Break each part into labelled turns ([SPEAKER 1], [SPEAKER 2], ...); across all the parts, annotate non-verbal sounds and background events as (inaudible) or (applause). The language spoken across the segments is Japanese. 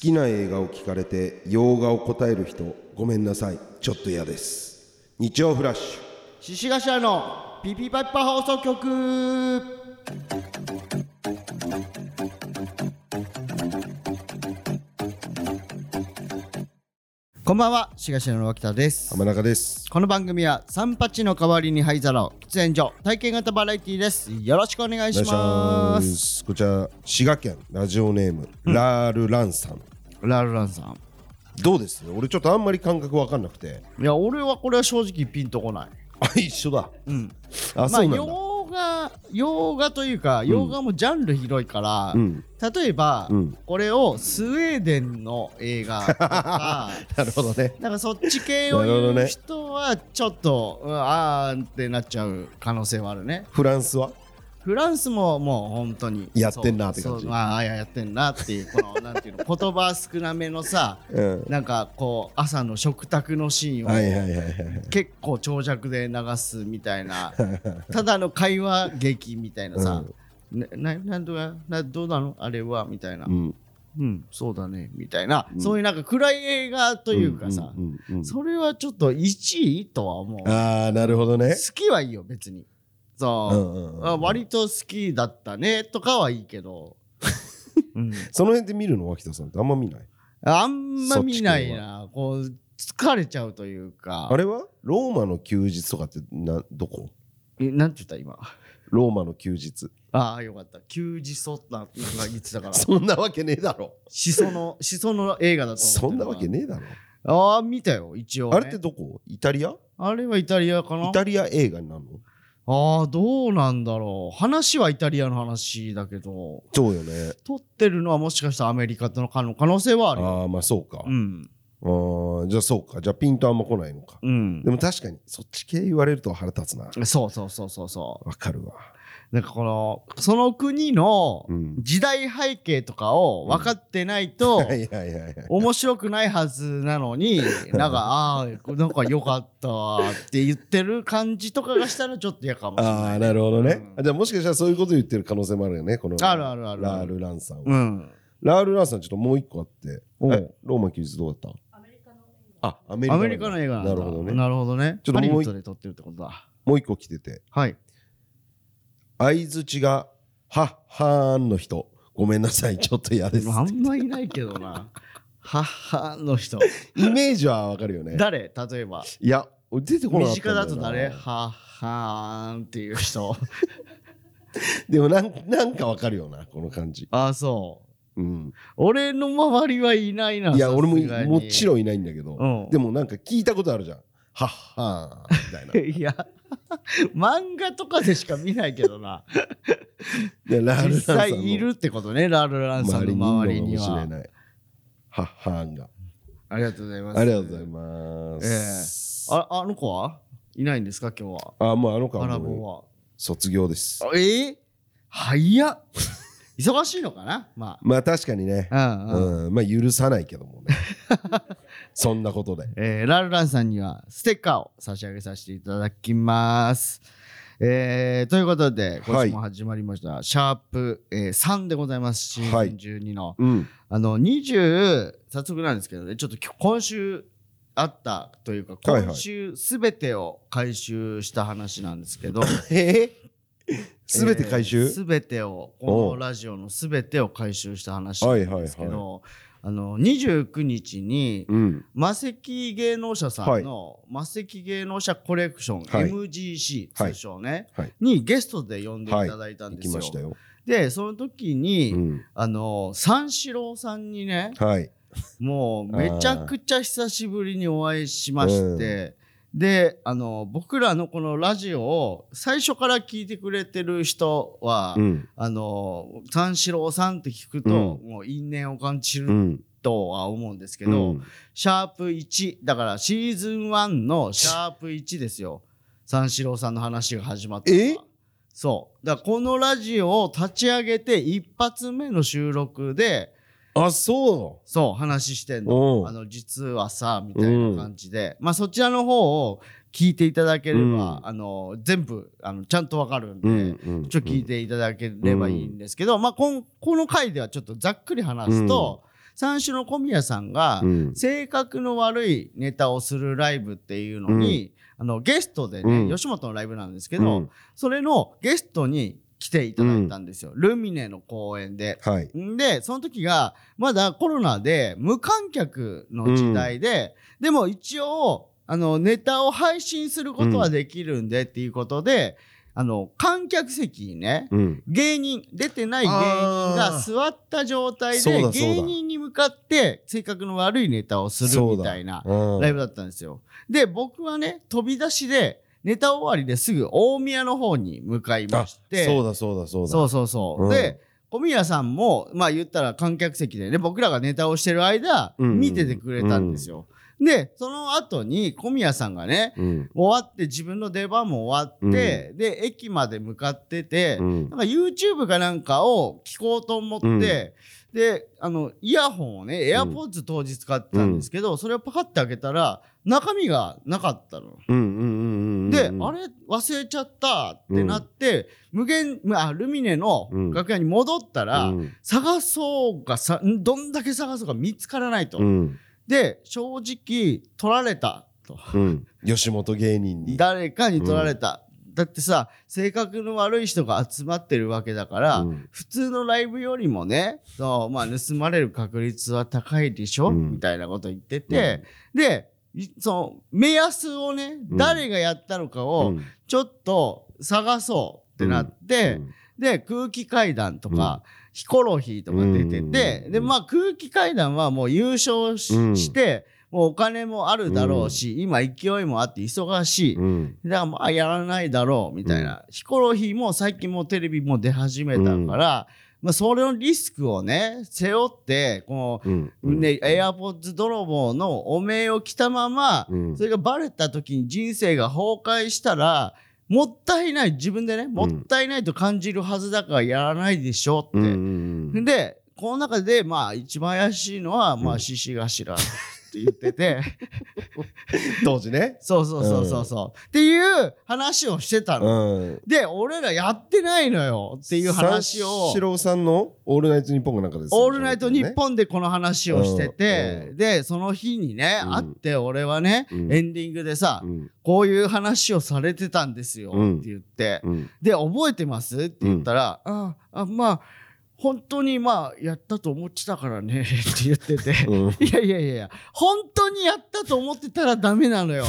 [SPEAKER 1] きな映画を聞かれて洋画を答える人ごめんなさいちょっと嫌です日曜フラッシュ
[SPEAKER 2] 獅子頭のピピパッパ放送局こんばんは、獅子頭の脇田です。
[SPEAKER 1] 浜中です
[SPEAKER 2] この番組は三八の代わりに灰皿を喫煙所体験型バラエティです。よろしくお願いし
[SPEAKER 1] お願
[SPEAKER 2] ま
[SPEAKER 1] いしま
[SPEAKER 2] す。
[SPEAKER 1] すこちら滋賀県ラジオネーム、ラールランさん
[SPEAKER 2] ラルランさん。
[SPEAKER 1] どうです俺ちょっとあんまり感覚わかんなくて
[SPEAKER 2] いや、俺はこれは正直ピンとこない。
[SPEAKER 1] あ一緒だ
[SPEAKER 2] うん。
[SPEAKER 1] あ
[SPEAKER 2] ま
[SPEAKER 1] そ
[SPEAKER 2] あ、
[SPEAKER 1] うなんだ
[SPEAKER 2] 洋画、洋画というか、洋画もジャンル広いから、
[SPEAKER 1] うん
[SPEAKER 2] 例えば、
[SPEAKER 1] うん
[SPEAKER 2] これをスウェーデンの映画
[SPEAKER 1] (laughs)
[SPEAKER 2] とか、
[SPEAKER 1] なるほどね
[SPEAKER 2] なんかそっち系を
[SPEAKER 1] なるほど
[SPEAKER 2] 言う
[SPEAKER 1] ね
[SPEAKER 2] 人は、ちょっと、うんあーってなっちゃう可能性はあるね。
[SPEAKER 1] フランスは
[SPEAKER 2] フランスももう本当に
[SPEAKER 1] やってんなって感じ
[SPEAKER 2] そうそうまあいややってんなっていうこのなんていうの言葉少なめのさ
[SPEAKER 1] うん
[SPEAKER 2] なんかこう朝の食卓のシーンを、
[SPEAKER 1] はいはいはいはい
[SPEAKER 2] 結構長尺で流すみた
[SPEAKER 1] (laughs)
[SPEAKER 2] いなただの会話劇みたいなさ、ねななんとかなどうなのあれはみたいな、う
[SPEAKER 1] うんん
[SPEAKER 2] そうだねみたいな、そういうなんか暗い映画というかさ、
[SPEAKER 1] うんうんうん
[SPEAKER 2] それはちょっと1位とは思う好
[SPEAKER 1] ああなるほどね
[SPEAKER 2] きはいいよ別にそう、
[SPEAKER 1] うんうんうん
[SPEAKER 2] あ割と好きだったねとかはいいけど、 (laughs) うん
[SPEAKER 1] その辺で見るの脇田さんってあんま見ない
[SPEAKER 2] あんま見ないなこう疲れちゃうというか
[SPEAKER 1] あれはローマの休日とかってなどこ
[SPEAKER 2] えなんて言った今
[SPEAKER 1] ローマの休日
[SPEAKER 2] ああよかった休日そったとか言ってたか
[SPEAKER 1] (laughs)
[SPEAKER 2] ら
[SPEAKER 1] そんなわけねえだろ
[SPEAKER 2] しそのしその映画だと思って
[SPEAKER 1] そんなわけねえだろ
[SPEAKER 2] ああ見たよ一応、ね、
[SPEAKER 1] あれってどこイタリア
[SPEAKER 2] あれはイタリアかな
[SPEAKER 1] イタリア映画になるの
[SPEAKER 2] ああどうなんだろう話はイタリアの話だけど
[SPEAKER 1] そうよね
[SPEAKER 2] 撮ってるのはもしかしたらアメリカとの可能可能性はあるよ
[SPEAKER 1] ああまあそうか
[SPEAKER 2] うん
[SPEAKER 1] あーじゃあそうかじゃあピンとあんま来ないのか
[SPEAKER 2] うん
[SPEAKER 1] でも確かにそっち系言われると腹立つな
[SPEAKER 2] そうそうそうそうそう
[SPEAKER 1] わかるわ
[SPEAKER 2] なんかこの、その国の
[SPEAKER 1] うん
[SPEAKER 2] 時代背景とかを分かってないと、
[SPEAKER 1] はいはいはいはい
[SPEAKER 2] 面白くないはずなのに、
[SPEAKER 1] (laughs)
[SPEAKER 2] なんか、ああ、なんか良かったわって言ってる感じとかがしたらちょっと嫌かもしれない。
[SPEAKER 1] ああなるほどね
[SPEAKER 2] うん
[SPEAKER 1] あじゃあもしかしたらそういうこと言ってる可能性もあるよねこの
[SPEAKER 2] あるあるある
[SPEAKER 1] ラールランさんは
[SPEAKER 2] うん。
[SPEAKER 1] ラールランさんちょっともう一個あって
[SPEAKER 2] おう
[SPEAKER 1] えローマ休日どうだったあアメリカ
[SPEAKER 2] ア
[SPEAKER 1] の
[SPEAKER 2] メ
[SPEAKER 1] 映
[SPEAKER 2] リ
[SPEAKER 1] 画
[SPEAKER 2] カの映画なんだ。
[SPEAKER 1] なるほどね
[SPEAKER 2] なるほどね。
[SPEAKER 1] ちょっとも
[SPEAKER 2] ハ
[SPEAKER 1] う一
[SPEAKER 2] リウッドで撮ってるってことだ。
[SPEAKER 1] もう一個来てて
[SPEAKER 2] はい。
[SPEAKER 1] 相づちがははーんの人ごめんなさいちょっと嫌です
[SPEAKER 2] あんまいないけどな。母の人。
[SPEAKER 1] イメージはわかるよね
[SPEAKER 2] 誰例えば。
[SPEAKER 1] いや俺出てこな
[SPEAKER 2] 身
[SPEAKER 1] かった
[SPEAKER 2] 近
[SPEAKER 1] ん
[SPEAKER 2] だ
[SPEAKER 1] よ
[SPEAKER 2] と
[SPEAKER 1] な
[SPEAKER 2] 誰ははーんっていう人。 (laughs)
[SPEAKER 1] でもなんなんかわかるよなこの感じ
[SPEAKER 2] ああ、そう。
[SPEAKER 1] うん
[SPEAKER 2] 俺の周りはいないな。
[SPEAKER 1] いや俺ももちろ
[SPEAKER 2] ん。
[SPEAKER 1] んいないんだけど、
[SPEAKER 2] うん
[SPEAKER 1] でもなんか聞いたことあるじゃんはっはーんみたいな
[SPEAKER 2] (laughs) いや、漫画とかでしか見ないけどな。
[SPEAKER 1] でラールラン
[SPEAKER 2] (laughs) 実
[SPEAKER 1] さんの
[SPEAKER 2] 際いるってことね、ラールランさんの周りに
[SPEAKER 1] 周
[SPEAKER 2] は
[SPEAKER 1] り。ないはっはーんが
[SPEAKER 2] ありがとうございます。
[SPEAKER 1] ありがとうございます、
[SPEAKER 2] ああの子はいないんですか、今日は。
[SPEAKER 1] あもうあの子
[SPEAKER 2] ア
[SPEAKER 1] は
[SPEAKER 2] ラ
[SPEAKER 1] もう
[SPEAKER 2] ボ
[SPEAKER 1] 卒業です
[SPEAKER 2] ーは。ええ早っ忙しいのかな (laughs) ま
[SPEAKER 1] まあ確かにね
[SPEAKER 2] あ。うんうん。
[SPEAKER 1] うん、まあ許さないけども
[SPEAKER 2] (laughs)
[SPEAKER 1] ねそんなことで
[SPEAKER 2] えーラルランさんにはステッカーを差し上げさせていただきます。えーということで、今
[SPEAKER 1] はい
[SPEAKER 2] 週も始まりました、シャープ、えー3でございます、シ
[SPEAKER 1] は
[SPEAKER 2] ーズ
[SPEAKER 1] い
[SPEAKER 2] ン12の。
[SPEAKER 1] うん
[SPEAKER 2] あの、20、早速なんですけどね、ちょっと今今週あったというか、
[SPEAKER 1] はいはい
[SPEAKER 2] 今週すべてを回収した話なんですけ
[SPEAKER 1] (laughs)
[SPEAKER 2] ど、
[SPEAKER 1] えすべて回収、
[SPEAKER 2] すべてを、
[SPEAKER 1] おう
[SPEAKER 2] このラジオのすべてを回収した話
[SPEAKER 1] は
[SPEAKER 2] な
[SPEAKER 1] は
[SPEAKER 2] い
[SPEAKER 1] い
[SPEAKER 2] ん
[SPEAKER 1] は
[SPEAKER 2] で
[SPEAKER 1] い
[SPEAKER 2] すけど、あの、29日に、
[SPEAKER 1] うん
[SPEAKER 2] 魔石芸能者さんの魔石芸能者コレクション、
[SPEAKER 1] はい
[SPEAKER 2] MGC
[SPEAKER 1] はい
[SPEAKER 2] 通称ね、
[SPEAKER 1] はい
[SPEAKER 2] にゲストで呼んでいただいたん
[SPEAKER 1] 行
[SPEAKER 2] で
[SPEAKER 1] き
[SPEAKER 2] すよ。
[SPEAKER 1] ましたよ、
[SPEAKER 2] でその時に、
[SPEAKER 1] うん、
[SPEAKER 2] あの三四郎さんにね
[SPEAKER 1] はい
[SPEAKER 2] もうめちゃくちゃ久しぶりにお会いしまして、であの僕らのこのラジオを最初から聞いてくれてる人は、
[SPEAKER 1] うん
[SPEAKER 2] あの三四郎さんって聞くと、
[SPEAKER 1] う
[SPEAKER 2] もう因縁を感じ
[SPEAKER 1] う
[SPEAKER 2] る
[SPEAKER 1] ん
[SPEAKER 2] とは思うんですけ
[SPEAKER 1] け
[SPEAKER 2] ど。シャープ1だからシーズン1のシャープ1ですよ三四郎さんの話が始まったのは
[SPEAKER 1] え
[SPEAKER 2] そうだからこのラジオを立ち上げて一発目の収録で
[SPEAKER 1] あそ
[SPEAKER 2] そう話してん
[SPEAKER 1] お
[SPEAKER 2] の
[SPEAKER 1] う
[SPEAKER 2] あの実はさみたいな感じで、まあそちらの方を聞いていただければ、
[SPEAKER 1] うん
[SPEAKER 2] あの全部あのちゃんとわかるんで、
[SPEAKER 1] う、うんうん、
[SPEAKER 2] ちょっと聞いていただければいいんですけど、まあこんこの回ではちょっとざっくり話すと、三種の小宮さんが、
[SPEAKER 1] うん
[SPEAKER 2] 性格の悪いネタをするライブっていうのに、あのゲストでね、
[SPEAKER 1] うん
[SPEAKER 2] 吉本のライブなんですけ
[SPEAKER 1] け
[SPEAKER 2] ど、それのゲストに来ていただいたんですよ、ルミネの公演で。
[SPEAKER 1] はい
[SPEAKER 2] んで、その時が、まだコロナで無観客の時代で、でも一応、あの、ネタを配信することはできるんでっていうことで、あの、観客席にね、
[SPEAKER 1] うん
[SPEAKER 2] 芸人、出てない芸人が座った状態
[SPEAKER 1] そうだそう
[SPEAKER 2] で、
[SPEAKER 1] だ
[SPEAKER 2] 芸人に向かって性格の悪いネタをするみたいな
[SPEAKER 1] うん
[SPEAKER 2] ライブだったんですよ。で、僕はね、飛び出しで、ネタ終わりですぐ大宮の方に向かいま
[SPEAKER 1] あ
[SPEAKER 2] して、
[SPEAKER 1] そうだそうだそうだ
[SPEAKER 2] そうそうそう。
[SPEAKER 1] うん
[SPEAKER 2] で、小宮さんも、まあ言ったら観客席でね、僕らがネタをしてる間、
[SPEAKER 1] うんうん
[SPEAKER 2] 見ててくれたんですよ。で、その後に小宮さんがね、
[SPEAKER 1] うん
[SPEAKER 2] 終わって、自分の出番も終わって、で、駅まで向かってて、
[SPEAKER 1] うん
[SPEAKER 2] なんか YouTube かなんかを聞こうと思って、
[SPEAKER 1] うん
[SPEAKER 2] で、あの、イヤホンをね、AirPods 当時使ってたんですけど、それをパカッて開けたら、中身がなかったの。
[SPEAKER 1] うんうんうんうんうん
[SPEAKER 2] で、あれ忘れちゃったってなって、無限あルミネの楽屋に戻ったら、
[SPEAKER 1] うん
[SPEAKER 2] 探そうがさんどんだけ探そうが見つからないと、
[SPEAKER 1] うん
[SPEAKER 2] で正直取られたと
[SPEAKER 1] うん吉本芸人に
[SPEAKER 2] 誰かに取られた、だってさ性格の悪い人が集まってるわけだから、
[SPEAKER 1] うん
[SPEAKER 2] 普通のライブよりもねそう、まあ、盗まれる確率は高いでしょ、
[SPEAKER 1] うん
[SPEAKER 2] みたいなこと言ってて、でいその目安をね、
[SPEAKER 1] ん
[SPEAKER 2] 誰がやったのかを、
[SPEAKER 1] うん
[SPEAKER 2] ちょっと探そうってなって、
[SPEAKER 1] うん
[SPEAKER 2] で、空気階段とか、ヒコロヒーとか出てて、
[SPEAKER 1] うん
[SPEAKER 2] で、まあ空気階段はもう優勝し,、
[SPEAKER 1] うん
[SPEAKER 2] て、もうお金もあるだろうし、今勢いもあって忙しい。
[SPEAKER 1] うん
[SPEAKER 2] だからまあやらないだろうみたいな、ヒコロヒーも最近もうテレビも出始めたから、
[SPEAKER 1] うん
[SPEAKER 2] まあそれのリスクをね背負ってこの
[SPEAKER 1] うんうん
[SPEAKER 2] ね、エアポッズ泥棒の汚名を着たまま、
[SPEAKER 1] うん
[SPEAKER 2] それがバレた時に人生が崩壊したら、もったいない、自分でね、もったいないと感じるはずだからやらないでしょって。
[SPEAKER 1] うんうんうん
[SPEAKER 2] で、この中で、まあ、一番怪しいのは、ま
[SPEAKER 1] う
[SPEAKER 2] あ、
[SPEAKER 1] ん
[SPEAKER 2] 獅子頭って言ってて、
[SPEAKER 1] (laughs) 当時ね
[SPEAKER 2] そうそうそうそうそう、っていう話をしてたの。
[SPEAKER 1] うん
[SPEAKER 2] で、俺らやってないのよっていう話を。
[SPEAKER 1] 三四郎さんの「オールナイトニッポン」かなんかですよね
[SPEAKER 2] オールナイトニッポンでこの話をしてて、
[SPEAKER 1] う
[SPEAKER 2] で、その日にね、
[SPEAKER 1] うん
[SPEAKER 2] 会って俺はね、
[SPEAKER 1] うん
[SPEAKER 2] エンディングでさ、
[SPEAKER 1] うん
[SPEAKER 2] こういう話をされてたんですよ
[SPEAKER 1] うん
[SPEAKER 2] って言って、
[SPEAKER 1] うん
[SPEAKER 2] で、覚えてますって言ったら、ああ、まあ、本当にまあ、やったと思ってたからね (laughs) って言って
[SPEAKER 1] (laughs)
[SPEAKER 2] て、
[SPEAKER 1] うん
[SPEAKER 2] いやいやいやいや、本当にやったと思ってたらダメな
[SPEAKER 1] (laughs)
[SPEAKER 2] のよ。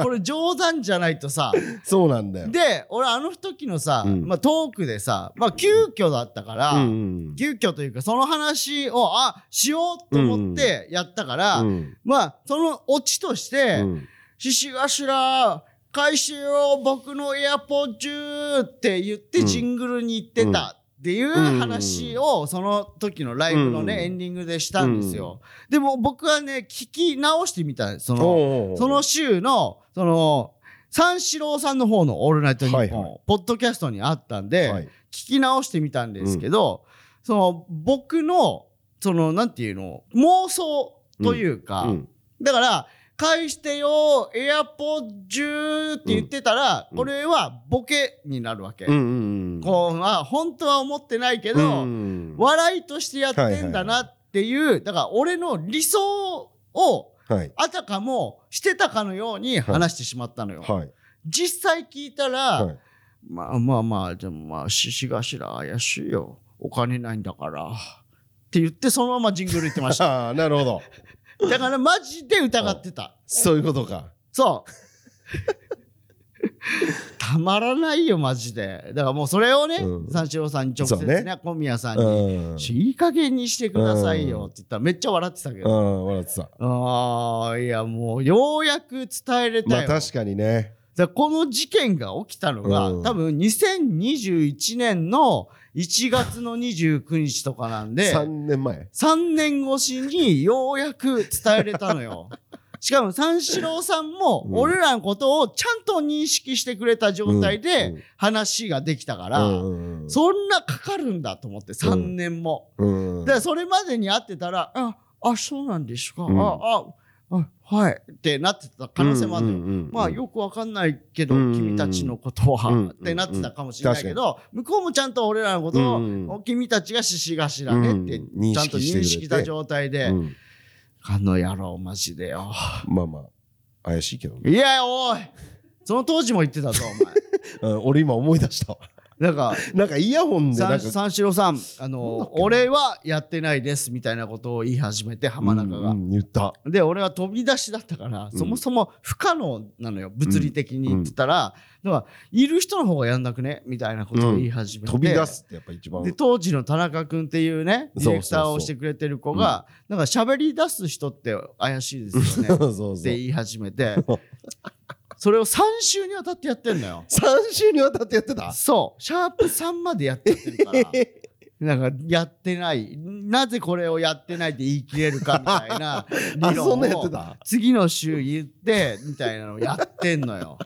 [SPEAKER 2] これ冗談じゃないとさ、
[SPEAKER 1] そうなんだよ
[SPEAKER 2] で、俺あの時のさ、
[SPEAKER 1] うん
[SPEAKER 2] まあトークでさ、まあ急遽だったから、
[SPEAKER 1] うんうん
[SPEAKER 2] 急遽というかその話をあしようと思ってやったから、
[SPEAKER 1] うん
[SPEAKER 2] まあそのオチとし
[SPEAKER 1] う
[SPEAKER 2] て
[SPEAKER 1] ん
[SPEAKER 2] 「獅子頭回収を僕のエアポーチュー」って言って
[SPEAKER 1] うん
[SPEAKER 2] ジングルに行ってたっていう話をその時のライブのね、
[SPEAKER 1] うん
[SPEAKER 2] エンディングでしたんですよ。でも僕はね聞き直してみたその
[SPEAKER 1] おうおうおう
[SPEAKER 2] その週のその三四郎さんの方の「オールナイトニッポン」
[SPEAKER 1] はいは
[SPEAKER 2] ポッドキャストにあったんで。
[SPEAKER 1] はい
[SPEAKER 2] 聞き直してみたんですけど、その僕のそのなんていうの妄想というか、
[SPEAKER 1] うん
[SPEAKER 2] だから「返してよエアポッジュー」って言ってたら、
[SPEAKER 1] うん
[SPEAKER 2] これはボケになるわけ。
[SPEAKER 1] うんうんうん
[SPEAKER 2] こうまあ本当は思ってないけど、
[SPEAKER 1] うん
[SPEAKER 2] 笑いとしてやってんだなっていう、だから俺の理想を
[SPEAKER 1] はい
[SPEAKER 2] あたかもしてたかのように話してしまったのよ。
[SPEAKER 1] はい
[SPEAKER 2] 実際聞いたら、
[SPEAKER 1] はい
[SPEAKER 2] まあまあまあ、でもまあ、獅子頭怪しいよ。お金ないんだから。って言って、そのままジングル言ってまし
[SPEAKER 1] (laughs) あ
[SPEAKER 2] た。
[SPEAKER 1] あなるほど
[SPEAKER 2] だからマジで疑ってた。
[SPEAKER 1] そういうことか
[SPEAKER 2] そう。たまらないよ、マジで。だからもうそれをね、
[SPEAKER 1] うん
[SPEAKER 2] 三四郎さんに直接
[SPEAKER 1] そ
[SPEAKER 2] ね、
[SPEAKER 1] うね
[SPEAKER 2] 小宮さん
[SPEAKER 1] う
[SPEAKER 2] に、
[SPEAKER 1] ん
[SPEAKER 2] いい加減にしてくださいよって言ったら、めっちゃ笑ってたけ
[SPEAKER 1] う
[SPEAKER 2] ど。
[SPEAKER 1] ん笑ってた
[SPEAKER 2] ああ、いや、もうようやく伝えれた
[SPEAKER 1] ま
[SPEAKER 2] よ。
[SPEAKER 1] あ確かにね
[SPEAKER 2] だからこの事件が起きたのが、
[SPEAKER 1] うん
[SPEAKER 2] 多分2021年の1月の29日とかな
[SPEAKER 1] (laughs)
[SPEAKER 2] んで、
[SPEAKER 1] 3年前
[SPEAKER 2] 3年越しにようやく伝えれたのよ。
[SPEAKER 1] (laughs)
[SPEAKER 2] しかも三四郎さんも
[SPEAKER 1] うん
[SPEAKER 2] 俺らのことをちゃんと認識してくれた状態
[SPEAKER 1] うんう
[SPEAKER 2] で
[SPEAKER 1] ん
[SPEAKER 2] 話ができたから、
[SPEAKER 1] うん
[SPEAKER 2] そんなかかるんだと思って3年も。
[SPEAKER 1] うんうん
[SPEAKER 2] だからそれまでに会ってたら、あ、あ、そうなんですか。
[SPEAKER 1] うん
[SPEAKER 2] あ、あ、あはいってなってた可能性もあるのよ、
[SPEAKER 1] うんうんうんうん
[SPEAKER 2] まあよくわかんないけど、
[SPEAKER 1] うんうんうん
[SPEAKER 2] 君たちのことは、
[SPEAKER 1] うんうんうん
[SPEAKER 2] ってなってたかもしれないけど、向こうもちゃんと俺らのことを、
[SPEAKER 1] うんうん
[SPEAKER 2] 君たちが獅子頭ねって、
[SPEAKER 1] うんうん
[SPEAKER 2] ちゃんと
[SPEAKER 1] 認識してくれ
[SPEAKER 2] 認
[SPEAKER 1] て
[SPEAKER 2] 識した状態で、
[SPEAKER 1] うん
[SPEAKER 2] あの野郎マジでよ。
[SPEAKER 1] まあまあ怪しいけどね
[SPEAKER 2] いや、おいその当時も言ってたぞ、
[SPEAKER 1] (laughs)
[SPEAKER 2] お前。
[SPEAKER 1] うん俺今思い出したわ (laughs)
[SPEAKER 2] なんか、
[SPEAKER 1] なんかイヤホンでな
[SPEAKER 2] 三
[SPEAKER 1] んか
[SPEAKER 2] 三四郎さん、あの、俺はやってないです、みたいなことを言い始めて、浜中
[SPEAKER 1] うんう
[SPEAKER 2] が。
[SPEAKER 1] ん言った
[SPEAKER 2] で、俺は飛び出しだったから、そもそも不可能なのよ、物理的に言ってたら、だから、いる人の方がやんなくね、みたいなことを言い始めて。
[SPEAKER 1] 飛び出すってやっぱ一番
[SPEAKER 2] で当時の田中君っていうねディレクター
[SPEAKER 1] そうそうそ
[SPEAKER 2] を
[SPEAKER 1] う
[SPEAKER 2] してくれてる子がなんか喋り出す人って怪しいですよ
[SPEAKER 1] (laughs)
[SPEAKER 2] ね
[SPEAKER 1] (laughs) そうそう
[SPEAKER 2] って
[SPEAKER 1] 3
[SPEAKER 2] 言い始めてそれを3週にわたってやってんのよ
[SPEAKER 1] 週にわたってやってた
[SPEAKER 2] そうシャープ3までやってってるからなんかやってないなぜこれをやってないって言い切れるかみたいな
[SPEAKER 1] あ
[SPEAKER 2] 理
[SPEAKER 1] そん
[SPEAKER 2] 論
[SPEAKER 1] なやって
[SPEAKER 2] を
[SPEAKER 1] た
[SPEAKER 2] 次の週言ってみたいなのをやってんのよ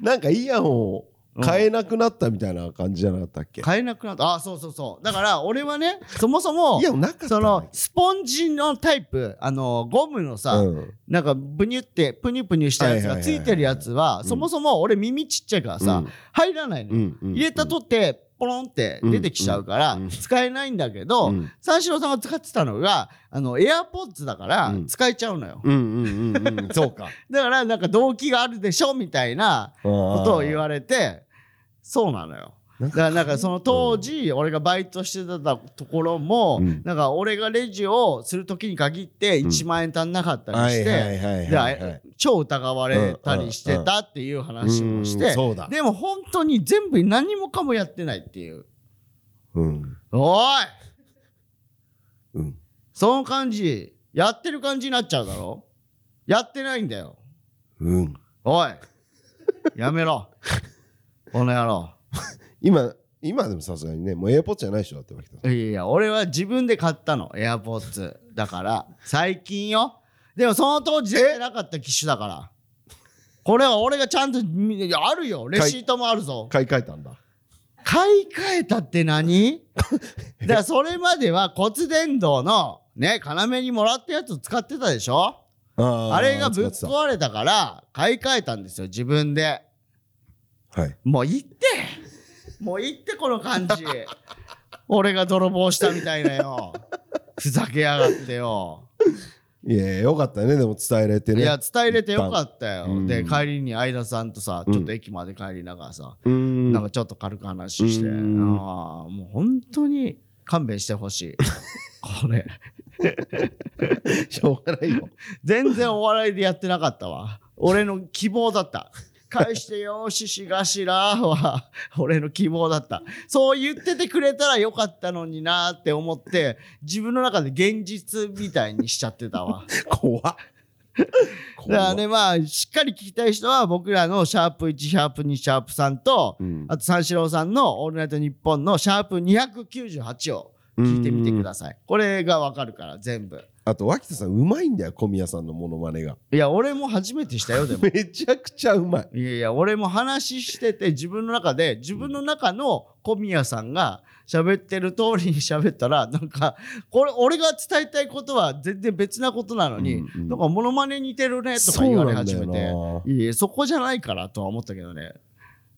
[SPEAKER 1] なんかイヤホンを
[SPEAKER 2] うん
[SPEAKER 1] 買えなくなったみたいな感じじゃなかったっけ
[SPEAKER 2] 買えなくなったあそうそうそうだから俺はねそもそも
[SPEAKER 1] イヤホンなかった
[SPEAKER 2] そ
[SPEAKER 1] ん
[SPEAKER 2] の
[SPEAKER 1] だけ
[SPEAKER 2] スポンジのタイプあのゴムのさ、
[SPEAKER 1] うん
[SPEAKER 2] なんかブニュってプニュプニュしたやつがついてるやつは
[SPEAKER 1] うん
[SPEAKER 2] そもそも俺耳ちっちゃいからさ、
[SPEAKER 1] うん
[SPEAKER 2] 入らないの、
[SPEAKER 1] うんうん
[SPEAKER 2] 入れたとってポロンって出てきちゃうから、
[SPEAKER 1] うんうん
[SPEAKER 2] 使えないんだけど、
[SPEAKER 1] うん
[SPEAKER 2] 三四郎さんが使ってたのがあのエアポッツだから
[SPEAKER 1] うん
[SPEAKER 2] 使えちゃうのよ、
[SPEAKER 1] うんうんうんうんそうか
[SPEAKER 2] だからなんか動機があるでしょみたいな (laughs) こ
[SPEAKER 1] こと
[SPEAKER 2] を言われてそうなのよ
[SPEAKER 1] な
[SPEAKER 2] だ
[SPEAKER 1] ん
[SPEAKER 2] からなんかその当時俺がバイトしてたところも、
[SPEAKER 1] うん
[SPEAKER 2] なんか俺がレジをする時に限って
[SPEAKER 1] うん
[SPEAKER 2] 1万円足んなかった
[SPEAKER 1] は
[SPEAKER 2] りし
[SPEAKER 1] い
[SPEAKER 2] て、
[SPEAKER 1] はいはいはいはい
[SPEAKER 2] で超疑われたりしてたっていう話もして、
[SPEAKER 1] うんそうだ
[SPEAKER 2] でも本当に全部何もかもやってないっていう
[SPEAKER 1] うん
[SPEAKER 2] おい
[SPEAKER 1] うん
[SPEAKER 2] その感じやってる感じになっちゃうだろやってないんだよ
[SPEAKER 1] うん
[SPEAKER 2] おいやめろこの野郎
[SPEAKER 1] 今今でもさすがにねもうエアポッツじゃないでしょだってわけだ
[SPEAKER 2] いやいや俺は自分で買ったのエアポッツだから最近よでもその当時出てなかった機種だからこれは俺がちゃんとみいやあるよレシートもあるぞ
[SPEAKER 1] 買い替えたんだ
[SPEAKER 2] 買い替えたっ
[SPEAKER 1] (laughs)
[SPEAKER 2] て何だからそれまでは骨伝導のね要にもらったやつ使ってたでしょ
[SPEAKER 1] あー
[SPEAKER 2] あれがぶっ
[SPEAKER 1] 使って
[SPEAKER 2] 壊れたから買い替えたんですよ自分で
[SPEAKER 1] たはい
[SPEAKER 2] もう行ってもう行ってこの
[SPEAKER 1] (laughs)
[SPEAKER 2] 感じ俺が泥棒したみたいなよふざけやがってよ
[SPEAKER 1] いやよかったねでも伝えれて
[SPEAKER 2] い
[SPEAKER 1] ね
[SPEAKER 2] や伝えれてよかった
[SPEAKER 1] う
[SPEAKER 2] よ
[SPEAKER 1] ん
[SPEAKER 2] で帰りに相田さんとさちょっと駅まで帰りながらさ、
[SPEAKER 1] うーん
[SPEAKER 2] なんかちょっと軽く話して、
[SPEAKER 1] うん
[SPEAKER 2] ああもう本当に勘弁してほし
[SPEAKER 1] (laughs)
[SPEAKER 2] いこれ
[SPEAKER 1] (laughs) しょうがないよ
[SPEAKER 2] 全然お笑いでやってなかったわ俺の希望だった返してよししがしらは俺の希望だったそう言っててくれたらよかったのになーって思って自分の中で現実みたいにしちゃってたわ
[SPEAKER 1] 怖っ
[SPEAKER 2] だから
[SPEAKER 1] (laughs) 怖
[SPEAKER 2] ねまあしっかり聞きたい人は僕らのシャープ1シャープ2シャープ3と
[SPEAKER 1] うん
[SPEAKER 2] あと三四郎さんの「オールナイトニッポン」のシャープ298を聞いてみてくださいこれがわかるから全部
[SPEAKER 1] あと脇田さんうまいんだよ小宮さんのモノマネが (laughs)
[SPEAKER 2] いや俺も初めてしたよでも
[SPEAKER 1] めちゃくちゃうまい
[SPEAKER 2] いやいや、俺も話してて、自分の中で、自分の中の小宮さんが喋ってる通りに (laughs) 喋ったら、なんか、これ、俺が伝えたいことは全然別なことなのに、
[SPEAKER 1] うんうん
[SPEAKER 2] なんか、モノマネ似てるねとか言われ始めて、いやいや、そこじゃないからとは思ったけどね。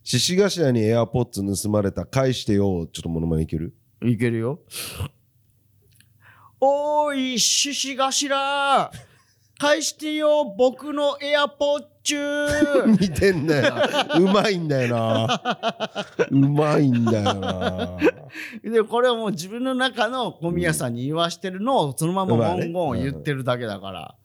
[SPEAKER 1] 獅子頭にエアポッツ盗まれた返してよちょっとモノマネいける
[SPEAKER 2] いけるよ。おーい、獅子頭返してよ、僕のエアポッチュー
[SPEAKER 1] 似てんだよなうまいんだよなうまいんだよな
[SPEAKER 2] でこれはもう自分の中の小宮さんに言わしてるのをそのまま文言を言ってるだけだから、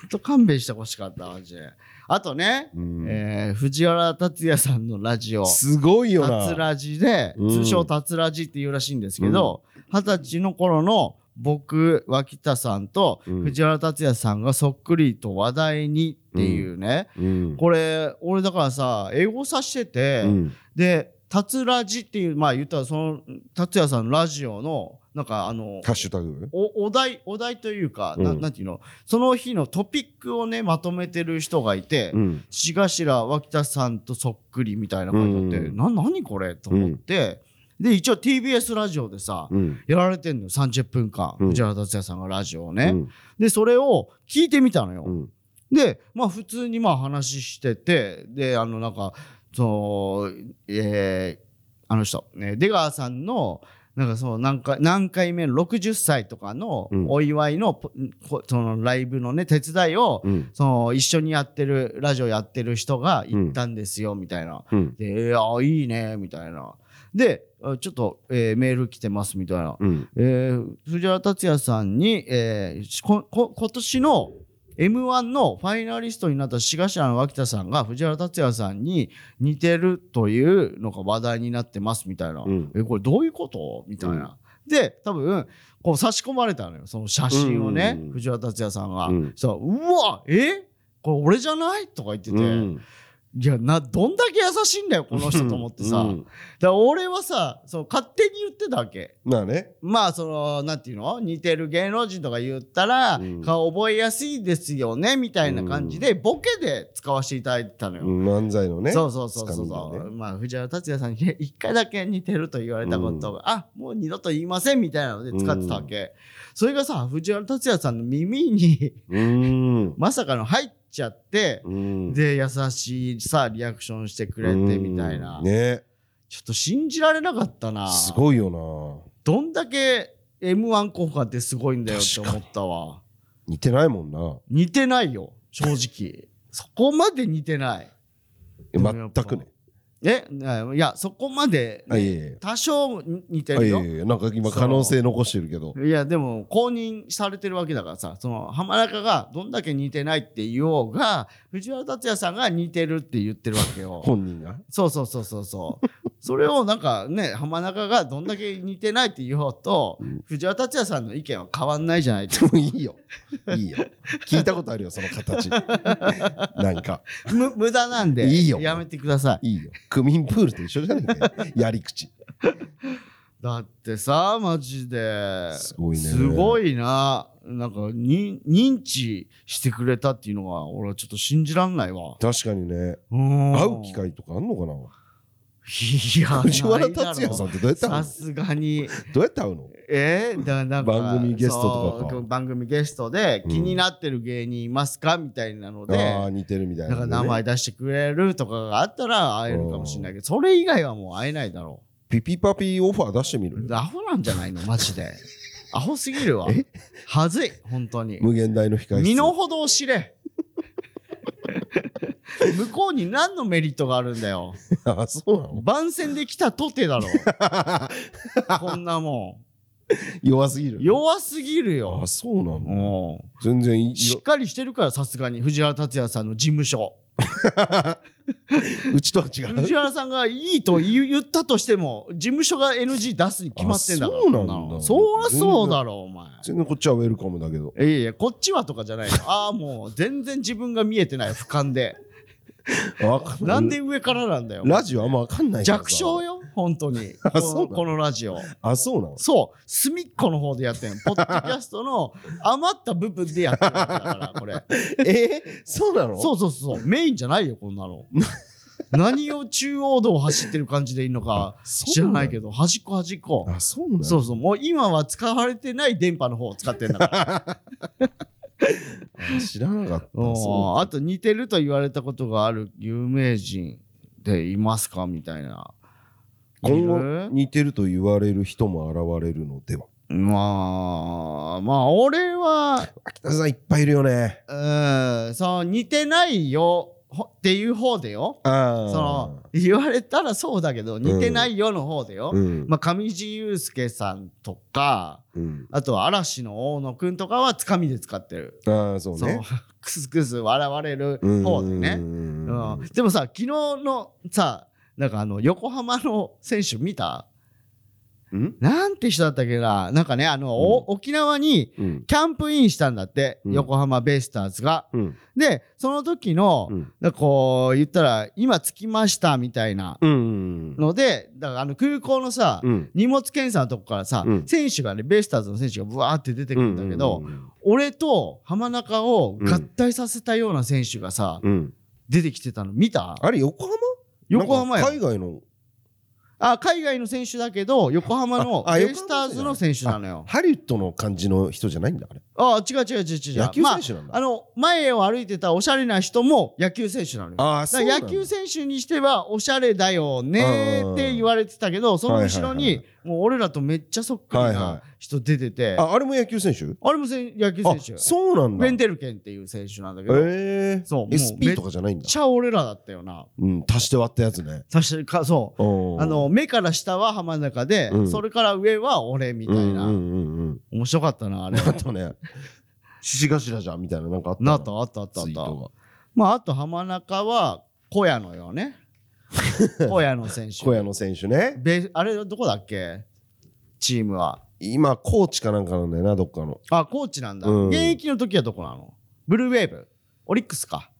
[SPEAKER 2] ほんと勘弁してほしかったマジであとね、
[SPEAKER 1] うん
[SPEAKER 2] えー藤原竜也さんのラジオ
[SPEAKER 1] すごいよな
[SPEAKER 2] つラジで、
[SPEAKER 1] うん
[SPEAKER 2] 通称つラジっていうらしいんですけど二十、歳の頃の僕脇田さんと
[SPEAKER 1] うん
[SPEAKER 2] 藤原竜也さんがそっくりと話題にっていうね、
[SPEAKER 1] うん
[SPEAKER 2] これ俺だからさ英語さしてて、
[SPEAKER 1] うん
[SPEAKER 2] で、タツラジっていう、まあ言ったらその、達也さんのラジオの、なんかあの、
[SPEAKER 1] ハッシュタグ
[SPEAKER 2] おお題、お題というか、な
[SPEAKER 1] うん
[SPEAKER 2] なんていうの、その日のトピックをね、まとめてる人がいて、
[SPEAKER 1] うん
[SPEAKER 2] 志頭脇田さんとそっくりみたいな感じで、
[SPEAKER 1] うん
[SPEAKER 2] な何これと思って、で、一応 TBS ラジオでさ、
[SPEAKER 1] うん
[SPEAKER 2] やられてんのよ、30分間。
[SPEAKER 1] うん
[SPEAKER 2] 藤原達也さんがラジオをね。
[SPEAKER 1] うん
[SPEAKER 2] で、それを聞いてみたのよ。
[SPEAKER 1] うん
[SPEAKER 2] で、まあ普通にまあ話してて、で、あのなんか、その、えーあの人、ね、出川さんの、なんかその何回何回目の60歳とかの
[SPEAKER 1] うん
[SPEAKER 2] お祝いのポ、こそのライブのね手伝いを、
[SPEAKER 1] うん
[SPEAKER 2] その一緒にやってるラジオやってる人が行ったんですよみたいな、
[SPEAKER 1] うん
[SPEAKER 2] でえー、あいいねみたいなであちょっと、えーメール来てますみたいな、
[SPEAKER 1] うん
[SPEAKER 2] えー藤原竜也さんに、えーしここ今年の m 1のファイナリストになった志頭の脇田さんが藤原竜也さんに似てるというのが話題になってますみたいな、
[SPEAKER 1] うん
[SPEAKER 2] えこれどういうことみたいな、で多分こう差し込まれたのよその写真をね、
[SPEAKER 1] うん
[SPEAKER 2] 藤原竜也さんが、
[SPEAKER 1] うん
[SPEAKER 2] そううわえこれ俺じゃないとか言ってて、
[SPEAKER 1] うん
[SPEAKER 2] いやなどんだけ優しいんだよこの人と思ってさ、
[SPEAKER 1] うん
[SPEAKER 2] だから俺はさそう勝手に言ってたわけ。
[SPEAKER 1] まあね
[SPEAKER 2] まあそのなんていうの似てる芸能人とか言ったら、
[SPEAKER 1] うん
[SPEAKER 2] 顔覚えやすいですよねみたいな感じで、ボケで使わせていただいてたのよ。
[SPEAKER 1] うん漫才のね
[SPEAKER 2] そうそうそうそう
[SPEAKER 1] つかみ
[SPEAKER 2] そ
[SPEAKER 1] が
[SPEAKER 2] う、
[SPEAKER 1] ね
[SPEAKER 2] まあ藤原竜也さんに (laughs) 一回だけ似てると言われたことが、あもう二度と言いませんみたいなので使ってたわけ、それがさ藤原竜也さんの耳に (laughs)
[SPEAKER 1] うん
[SPEAKER 2] まさかの入っちゃって、
[SPEAKER 1] うん
[SPEAKER 2] で優しいさリアクションしてくれてみたいな、
[SPEAKER 1] うんね
[SPEAKER 2] ちょっと信じられなかったな
[SPEAKER 1] すごいよ
[SPEAKER 2] どんだけ m 1効果ってすごいんだよって思ったわ
[SPEAKER 1] な似てないもんな
[SPEAKER 2] 似てないよ正
[SPEAKER 1] (laughs)
[SPEAKER 2] 直そこまで似てない
[SPEAKER 1] え
[SPEAKER 2] でもや
[SPEAKER 1] 全
[SPEAKER 2] っぱ
[SPEAKER 1] くね
[SPEAKER 2] えないやそこまで、
[SPEAKER 1] あいえいえ
[SPEAKER 2] 多少に似て
[SPEAKER 1] あ
[SPEAKER 2] る
[SPEAKER 1] い
[SPEAKER 2] よ
[SPEAKER 1] やいやなんか今可能性残してるけど
[SPEAKER 2] いやでも公認されてるわけだからさその浜中がどんだけ似てないって言おうが藤原竜也さんが似てるって言ってるわ
[SPEAKER 1] (laughs)
[SPEAKER 2] けよ
[SPEAKER 1] 本人が
[SPEAKER 2] そうそうそうそうそうそれをなんかね浜中がどんだけ似てないって言おうと、
[SPEAKER 1] うん
[SPEAKER 2] 藤原竜也さんの意見は変わんないじゃないですか
[SPEAKER 1] いいよいいよ聞いたことあるよその形なんか
[SPEAKER 2] む無駄なんで
[SPEAKER 1] いいよ
[SPEAKER 2] やめてください
[SPEAKER 1] いいよ区民プールと一緒じゃねえかよやり口
[SPEAKER 2] だってさマジです
[SPEAKER 1] すごいね
[SPEAKER 2] すごいななんかに認知してくれたっていうのが俺はちょっと信じらんないわ
[SPEAKER 1] 確かにね
[SPEAKER 2] 会
[SPEAKER 1] 会う機会とかあんのかない
[SPEAKER 2] や
[SPEAKER 1] 藤原
[SPEAKER 2] ないだろ
[SPEAKER 1] 竜也さんってどうやって会う
[SPEAKER 2] さ
[SPEAKER 1] の
[SPEAKER 2] すがに
[SPEAKER 1] どうやって会うの
[SPEAKER 2] えー、だなんか
[SPEAKER 1] 番組ゲストとかか
[SPEAKER 2] そう番組ゲストで
[SPEAKER 1] うん
[SPEAKER 2] 気になってる芸人いますかみたいなので、
[SPEAKER 1] ああ似てるみたいなん
[SPEAKER 2] な
[SPEAKER 1] ん
[SPEAKER 2] か
[SPEAKER 1] でね
[SPEAKER 2] 名前出してくれるとかがあったら会えるかもしれないけどそれ以外はもう会えないだろ
[SPEAKER 1] ピピパピオファー出してみる
[SPEAKER 2] うアホなんじゃないのマジ
[SPEAKER 1] (laughs)
[SPEAKER 2] でアホすぎるわ
[SPEAKER 1] え
[SPEAKER 2] はずい本当に
[SPEAKER 1] 無限大の控え室
[SPEAKER 2] 身の程を
[SPEAKER 1] (laughs)
[SPEAKER 2] 知れ向こうに何のメリットがあるんだよ
[SPEAKER 1] あそうなの
[SPEAKER 2] 番宣で来たとてだろ
[SPEAKER 1] (laughs)
[SPEAKER 2] こんなも
[SPEAKER 1] 弱すぎる
[SPEAKER 2] ん弱すぎるよ
[SPEAKER 1] あそうなの
[SPEAKER 2] もう
[SPEAKER 1] 全然いい
[SPEAKER 2] しっかりしてるからさすがに藤原竜也さんの事務所
[SPEAKER 1] うちとは違う
[SPEAKER 2] 藤原さんがいいと言言ったとしても事務所が NG 出すに決まってんだから
[SPEAKER 1] あそうなんだ
[SPEAKER 2] このそりゃそうだろお前
[SPEAKER 1] 全然こっちはウェルカムだけど
[SPEAKER 2] いやいやこっちはとかじゃないよ (laughs) ああもう全然自分が見えてない俯瞰で
[SPEAKER 1] あわか
[SPEAKER 2] なんで上からなんだよ
[SPEAKER 1] ラジオあんまわかんないからさ
[SPEAKER 2] 弱小よ本当に
[SPEAKER 1] (laughs) あ
[SPEAKER 2] こ
[SPEAKER 1] そうな
[SPEAKER 2] の
[SPEAKER 1] の
[SPEAKER 2] このラジオ
[SPEAKER 1] あそうなの
[SPEAKER 2] そう隅っこの方でやってんポッドキャストの
[SPEAKER 1] (laughs)
[SPEAKER 2] 余った部分でやってるんだからこれ
[SPEAKER 1] えーそうなの
[SPEAKER 2] そうそうそうメインじゃないよこんな
[SPEAKER 1] (laughs)
[SPEAKER 2] の何を中央道を走ってる感じでいいのか知らないけ
[SPEAKER 1] ど
[SPEAKER 2] ど端っこ端っこ
[SPEAKER 1] あそうなの
[SPEAKER 2] そうそうもう今は使われてない電波の方を使ってんだから
[SPEAKER 1] あ知らなかった
[SPEAKER 2] うん
[SPEAKER 1] そう
[SPEAKER 2] あと似てると言われたことがある有名人でいますかみたいな
[SPEAKER 1] 今
[SPEAKER 2] いる
[SPEAKER 1] 後似てると言われる人も現れるのでは
[SPEAKER 2] まあまあ俺は
[SPEAKER 1] 秋田さんいっぱいいるよね
[SPEAKER 2] うーんそう似てないよほっていう方でよ
[SPEAKER 1] あ
[SPEAKER 2] そ
[SPEAKER 1] あ
[SPEAKER 2] の言われたらそうだけど似てないよの方でよ、
[SPEAKER 1] うん
[SPEAKER 2] まあ、上地雄介さんとか
[SPEAKER 1] うん
[SPEAKER 2] あとは嵐の大野くんとかはつかみで使ってる
[SPEAKER 1] ああそう
[SPEAKER 2] そう
[SPEAKER 1] ね
[SPEAKER 2] クスクス笑われる
[SPEAKER 1] うん
[SPEAKER 2] 方でね
[SPEAKER 1] うん
[SPEAKER 2] うんでもさ昨日のさなんかあの横浜の選手見た
[SPEAKER 1] うん
[SPEAKER 2] なんて人だったっけななんかねあの、お
[SPEAKER 1] うん
[SPEAKER 2] 沖縄に
[SPEAKER 1] うん
[SPEAKER 2] キャンプインしたんだって、
[SPEAKER 1] うん
[SPEAKER 2] 横浜ベイスターズが。
[SPEAKER 1] うん
[SPEAKER 2] でその時の、
[SPEAKER 1] うん
[SPEAKER 2] なんかこう言ったら今着きましたみたいな
[SPEAKER 1] うん
[SPEAKER 2] のでだからあの空港のさ、
[SPEAKER 1] うん
[SPEAKER 2] 荷物検査のとこからさ、
[SPEAKER 1] うん
[SPEAKER 2] 選手がねベイスターズの選手がブワーって出てくるんだけど、
[SPEAKER 1] うん
[SPEAKER 2] 俺と浜中を合体させたような選手がさ、
[SPEAKER 1] うん
[SPEAKER 2] 出てきてたの見た
[SPEAKER 1] あれ横浜
[SPEAKER 2] 横
[SPEAKER 1] な
[SPEAKER 2] 浜
[SPEAKER 1] ん
[SPEAKER 2] や
[SPEAKER 1] か海外の
[SPEAKER 2] あ海外の選手だけど横浜の
[SPEAKER 1] ああ
[SPEAKER 2] ベイスターズの選手なのよ。
[SPEAKER 1] ハリウッドの感じの人じゃないんだあれ
[SPEAKER 2] あ違う違う違う違う。
[SPEAKER 1] 野球選手なん
[SPEAKER 2] まあ、
[SPEAKER 1] だ、
[SPEAKER 2] あの前を歩いてたおしゃれな人も野球選手なのよ。
[SPEAKER 1] あ、あ
[SPEAKER 2] だ
[SPEAKER 1] そ
[SPEAKER 2] か
[SPEAKER 1] うな
[SPEAKER 2] ら
[SPEAKER 1] んだ
[SPEAKER 2] 野球選手にしてはおしゃれだよねって言われてたけどその後ろ
[SPEAKER 1] はいはい
[SPEAKER 2] に
[SPEAKER 1] は
[SPEAKER 2] もう俺らとめっちゃそっくり
[SPEAKER 1] はいは
[SPEAKER 2] な人出てて、
[SPEAKER 1] ああれも野球選手
[SPEAKER 2] あれもせん野球選手
[SPEAKER 1] あそうなんだ
[SPEAKER 2] ベンデルケンっていう選手なんだけど、めっ
[SPEAKER 1] ええ
[SPEAKER 2] そうもう
[SPEAKER 1] SP とかじゃないんだ
[SPEAKER 2] ちゃ俺らだったよな
[SPEAKER 1] うん足して割ったやつね
[SPEAKER 2] 確かそう
[SPEAKER 1] うん
[SPEAKER 2] あの目から下は浜中で、
[SPEAKER 1] うん
[SPEAKER 2] それから上は俺みたいな、
[SPEAKER 1] うんうんうんうん
[SPEAKER 2] 面白かったなあれ
[SPEAKER 1] あとね獅子頭じゃんみたいななんかあった
[SPEAKER 2] なあったあったあったあっ
[SPEAKER 1] ツイー
[SPEAKER 2] た
[SPEAKER 1] ト
[SPEAKER 2] まああと浜中は小屋のよ
[SPEAKER 1] (laughs)
[SPEAKER 2] ね小屋の選
[SPEAKER 1] が小
[SPEAKER 2] 手
[SPEAKER 1] 屋の選手ね
[SPEAKER 2] べあれどこだっけチームは
[SPEAKER 1] 今コーチかなんかなんだよなどっかの
[SPEAKER 2] あコーチなんだ、
[SPEAKER 1] うん
[SPEAKER 2] 現役の時はどこなのブルーウェーブオリックスか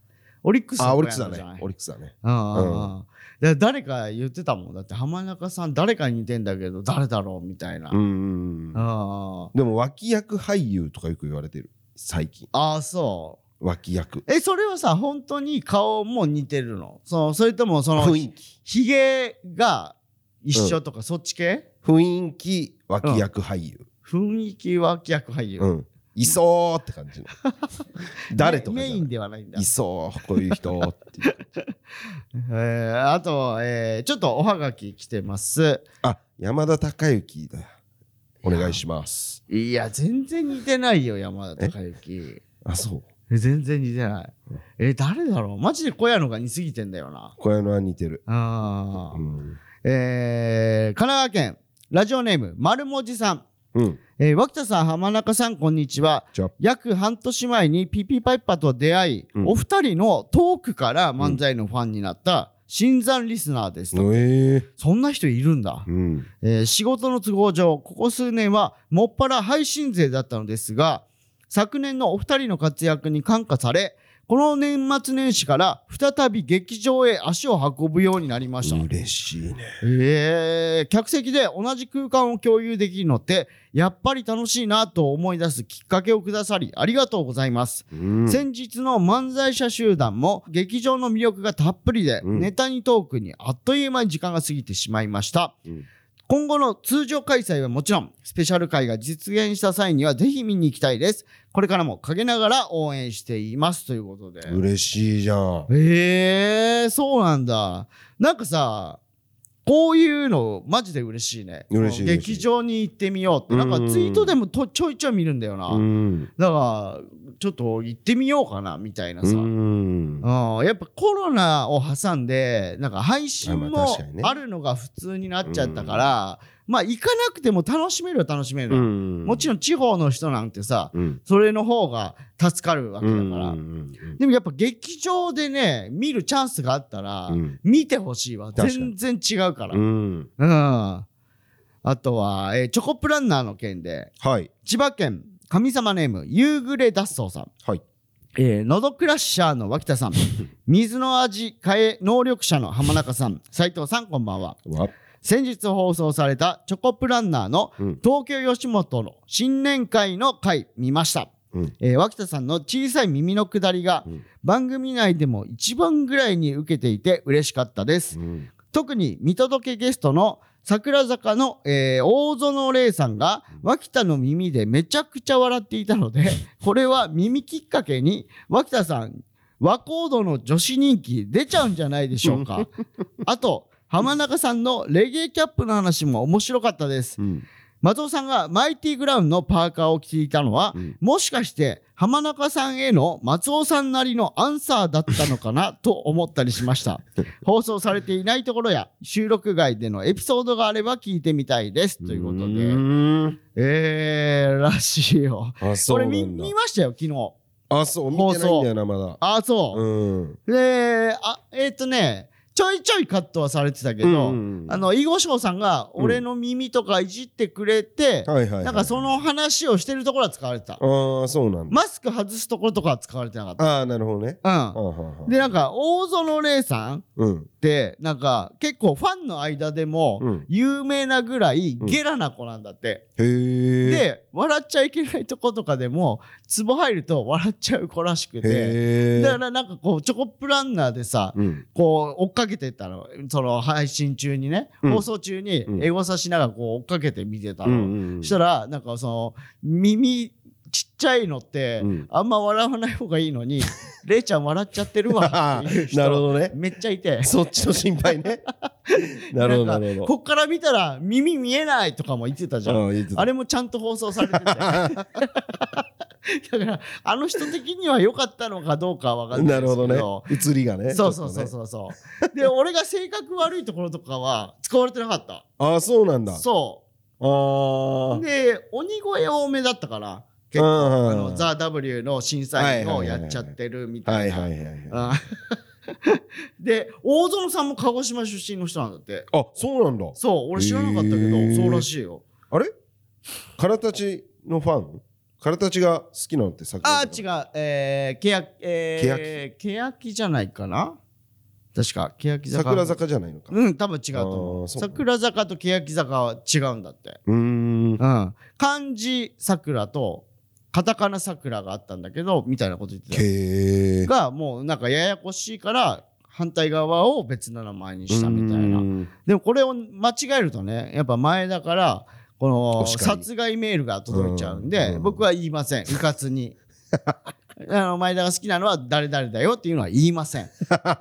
[SPEAKER 2] オリックスの
[SPEAKER 1] あオ
[SPEAKER 2] 小
[SPEAKER 1] リックス
[SPEAKER 2] 屋
[SPEAKER 1] だ
[SPEAKER 2] のじゃない
[SPEAKER 1] ねオリックスだね
[SPEAKER 2] うんうんうんだ誰か言ってたもんだって浜中さん誰かに似てんだけど誰だろうみたいな、
[SPEAKER 1] うんうんうん
[SPEAKER 2] あ
[SPEAKER 1] でも脇役俳優とかよく言われてる最近
[SPEAKER 2] あーそ
[SPEAKER 1] 脇役
[SPEAKER 2] うえそれはさ本当に顔も似てるのそのそれともそ
[SPEAKER 1] (laughs)
[SPEAKER 2] の
[SPEAKER 1] 雰囲気
[SPEAKER 2] ひげが一緒とか、そっち系
[SPEAKER 1] 雰囲気脇役俳優
[SPEAKER 2] 雰囲気は逆俳優、
[SPEAKER 1] うんいそうって感じ (laughs) の誰とか
[SPEAKER 2] メ
[SPEAKER 1] じ
[SPEAKER 2] メイ
[SPEAKER 1] ゃ
[SPEAKER 2] ン
[SPEAKER 1] ない
[SPEAKER 2] ではないんだ
[SPEAKER 1] いそうこういう人っていう
[SPEAKER 2] えーあと、えーちょっとおはがき来てます
[SPEAKER 1] あ山田孝之だお願いします
[SPEAKER 2] いや、全然似てないよ、山田孝之。
[SPEAKER 1] あそう
[SPEAKER 2] え全然似てない。え、誰だろうマジで小屋のが似すぎてんだよな。
[SPEAKER 1] 小屋のは似てる
[SPEAKER 2] あ
[SPEAKER 1] う
[SPEAKER 2] ー
[SPEAKER 1] ん
[SPEAKER 2] えー神奈川県、ラジオネーム、丸文字さん。
[SPEAKER 1] うん
[SPEAKER 2] えー脇田さん、浜中さん、こんにちは。
[SPEAKER 1] じゃあ
[SPEAKER 2] 約半年前にピピパイパと出会い、
[SPEAKER 1] うん
[SPEAKER 2] お二人のトークから漫才のファンになった新参リスナーですと。
[SPEAKER 1] ええ
[SPEAKER 2] そんな人いるんだ。
[SPEAKER 1] うん
[SPEAKER 2] えー仕事の都合上ここ数年はもっぱら配信勢だったのですが昨年のお二人の活躍に感化されこの年末年始から再び劇場へ足を運ぶようになりました、
[SPEAKER 1] 嬉しいね
[SPEAKER 2] えー客席で同じ空間を共有できるのってやっぱり楽しいなと思い出すきっかけをくださりありがとうございます
[SPEAKER 1] うん
[SPEAKER 2] 先日の漫才者集団も劇場の魅力がたっぷりで、
[SPEAKER 1] うん
[SPEAKER 2] ネタにトークにあっという間に時間が過ぎてしまいました、
[SPEAKER 1] うん
[SPEAKER 2] 今後の通常開催はもちろんスペシャル会が実現した際にはぜひ見に行きたいですこれからも陰ながら応援していますということで
[SPEAKER 1] 嬉しいじゃん
[SPEAKER 2] えー、そうなんだなんかさこういうのマジで嬉しいね
[SPEAKER 1] 嬉しい嬉しい
[SPEAKER 2] 劇場に行ってみようってなんかツイートでもとちょいちょい見るんだよな、
[SPEAKER 1] うん
[SPEAKER 2] だからちょっと行ってみようかなみたいな
[SPEAKER 1] う
[SPEAKER 2] さ、
[SPEAKER 1] ん
[SPEAKER 2] うんやっぱコロナを挟んでなんか配信
[SPEAKER 1] あまあ
[SPEAKER 2] も
[SPEAKER 1] 確かにね
[SPEAKER 2] あるのが普通になっちゃったから、まあ行かなくても楽しめるは楽しめる、もちろん地方の人なんてさ
[SPEAKER 1] うん
[SPEAKER 2] それの方が助かるわけだから、
[SPEAKER 1] うん
[SPEAKER 2] でもやっぱ劇場でね見るチャンスがあったら、
[SPEAKER 1] うん
[SPEAKER 2] 見てほしいわ
[SPEAKER 1] 確か
[SPEAKER 2] 全
[SPEAKER 1] に
[SPEAKER 2] 然違うから、
[SPEAKER 1] う
[SPEAKER 2] うん
[SPEAKER 1] ん
[SPEAKER 2] あとは、えーチョコプランナーの件で
[SPEAKER 1] はい
[SPEAKER 2] 千葉県神様ネーム夕暮れ脱走さん
[SPEAKER 1] はい
[SPEAKER 2] えー、のどクラッシャーの脇
[SPEAKER 1] (laughs)
[SPEAKER 2] 田さん、水の味変え能力者の浜中さん、斉藤さん、こんばんは。
[SPEAKER 1] わ
[SPEAKER 2] 先日放送されたチョコプランナーの
[SPEAKER 1] うん
[SPEAKER 2] 東京吉本の新年会の会見ました。
[SPEAKER 1] うん
[SPEAKER 2] えー脇田さんの小さい耳の下りが
[SPEAKER 1] うん
[SPEAKER 2] 番組内でも一番ぐらいに受けていて嬉しかったです。
[SPEAKER 1] うん
[SPEAKER 2] 特に見届けゲストの桜坂の、えー大園玲さんが脇田の耳でめちゃくちゃ笑っていた
[SPEAKER 1] (laughs)
[SPEAKER 2] のでこれは耳きっかけに脇田さん和コードの女子人気出ちゃうんじゃないでしょ
[SPEAKER 1] (laughs)
[SPEAKER 2] うかあと浜中さんのレゲエキャップの話も面白かったです
[SPEAKER 1] うん
[SPEAKER 2] 松尾さんがマイティグラウンのパーカーを着ていたのは、
[SPEAKER 1] うん
[SPEAKER 2] もしかして浜中さんへの松尾さんなりのアンサーだったのかなと思ったりしま
[SPEAKER 1] (laughs)
[SPEAKER 2] した放送されていないところや収録外でのエピソードがあれば聞いてみたいですということで
[SPEAKER 1] ん
[SPEAKER 2] えー、らしいよ
[SPEAKER 1] あそ
[SPEAKER 2] こ
[SPEAKER 1] う
[SPEAKER 2] れ
[SPEAKER 1] なんだ
[SPEAKER 2] 見見ましたよ昨日
[SPEAKER 1] あそう見てないんだよなまだ
[SPEAKER 2] ああそう、
[SPEAKER 1] うん
[SPEAKER 2] であえっ、とねちょいちょいカットはされてたけど、
[SPEAKER 1] うん
[SPEAKER 2] あの囲碁将さんが
[SPEAKER 1] うん
[SPEAKER 2] 俺の耳とかいじってくれて、
[SPEAKER 1] はいはいはい
[SPEAKER 2] なんかその話をしてるところは使われてた、
[SPEAKER 1] ああそうなんだ
[SPEAKER 2] マスク外すところとかは使われてなかっ
[SPEAKER 1] ああなるほどね
[SPEAKER 2] た
[SPEAKER 1] あ
[SPEAKER 2] う
[SPEAKER 1] ー
[SPEAKER 2] ん
[SPEAKER 1] はーはー
[SPEAKER 2] でなんか大園玲さんっ
[SPEAKER 1] うん
[SPEAKER 2] てなんか結構ファンの間でも
[SPEAKER 1] うん
[SPEAKER 2] 有名なぐらい
[SPEAKER 1] うん
[SPEAKER 2] ゲラな子なんだって、
[SPEAKER 1] へえ
[SPEAKER 2] で笑っちゃいけないとことかでも、ツボ入ると笑っちゃう子らしくて。
[SPEAKER 1] へ
[SPEAKER 2] だ
[SPEAKER 1] え
[SPEAKER 2] か。らなんかこう、チョコプランナーでさ、
[SPEAKER 1] うん。
[SPEAKER 2] こう追っかけてったのその配信中にね、
[SPEAKER 1] うん
[SPEAKER 2] 放送中に
[SPEAKER 1] うん
[SPEAKER 2] エゴサしながらこう追っかけて見てた
[SPEAKER 1] う
[SPEAKER 2] の、
[SPEAKER 1] んうんうん
[SPEAKER 2] したらなんかその耳ちっちゃいのって、
[SPEAKER 1] うん
[SPEAKER 2] あんま笑わない方がいいの
[SPEAKER 1] (laughs)
[SPEAKER 2] に「れいちゃん笑っちゃってるわ」っていう人
[SPEAKER 1] なるほどね。
[SPEAKER 2] めっちゃいて
[SPEAKER 1] そっちの心配ね。なるほど、
[SPEAKER 2] (laughs) な
[SPEAKER 1] なん
[SPEAKER 2] か
[SPEAKER 1] るほど。
[SPEAKER 2] こっから見たら耳見えないとかも言ってたじゃん、
[SPEAKER 1] うんいいです
[SPEAKER 2] あれもちゃんと放送されて
[SPEAKER 1] (laughs)
[SPEAKER 2] てだからあの人的には良かったのかどうかは分かんな
[SPEAKER 1] ない
[SPEAKER 2] で
[SPEAKER 1] る
[SPEAKER 2] す
[SPEAKER 1] ほ
[SPEAKER 2] けど
[SPEAKER 1] どね。映りがね。
[SPEAKER 2] そうそうそう
[SPEAKER 1] う。
[SPEAKER 2] そうそう。で、俺が性格悪いところとかは使われてなかった。
[SPEAKER 1] ああ、そうなんだ。あ
[SPEAKER 2] そ
[SPEAKER 1] あー。
[SPEAKER 2] う。で、鬼越多めだったから、結構、
[SPEAKER 1] 構
[SPEAKER 2] あの、ザ・ W の審査員をやっちゃってるみた
[SPEAKER 1] はいい
[SPEAKER 2] な。
[SPEAKER 1] はいはいはい。
[SPEAKER 2] うんで、大園さんも鹿児島出身の人なんだって。
[SPEAKER 1] あ、そうなんだ。
[SPEAKER 2] そう、俺知らなかったけ
[SPEAKER 1] へ
[SPEAKER 2] ど、
[SPEAKER 1] ー
[SPEAKER 2] そうらしいよ。
[SPEAKER 1] あれからたちのファンからたちが好きなのってさっきの
[SPEAKER 2] ああ、違う。えー、けや、えー、けやきじゃないかな確か、けやき坂。
[SPEAKER 1] 桜坂じゃないのか。
[SPEAKER 2] うん、多分違うと思
[SPEAKER 1] あ
[SPEAKER 2] う。
[SPEAKER 1] ーそうか
[SPEAKER 2] 桜坂とけやき坂は違うんだって。
[SPEAKER 1] うーん。
[SPEAKER 2] うん、漢字桜とカタカナ桜があったんだけどみたいなこと言って
[SPEAKER 1] へえ。
[SPEAKER 2] た。がもうなんかややこしいから反対側を別の名前にしたみたいうなんでもこれを間違えるとねやっぱ前だからこの
[SPEAKER 1] 確かに
[SPEAKER 2] 殺害メールが届いちゃうん
[SPEAKER 1] うん
[SPEAKER 2] で
[SPEAKER 1] うん
[SPEAKER 2] 僕は言いませんうか
[SPEAKER 1] (laughs)
[SPEAKER 2] つに。あの前田が好きなのは誰々だよっていうのは言いません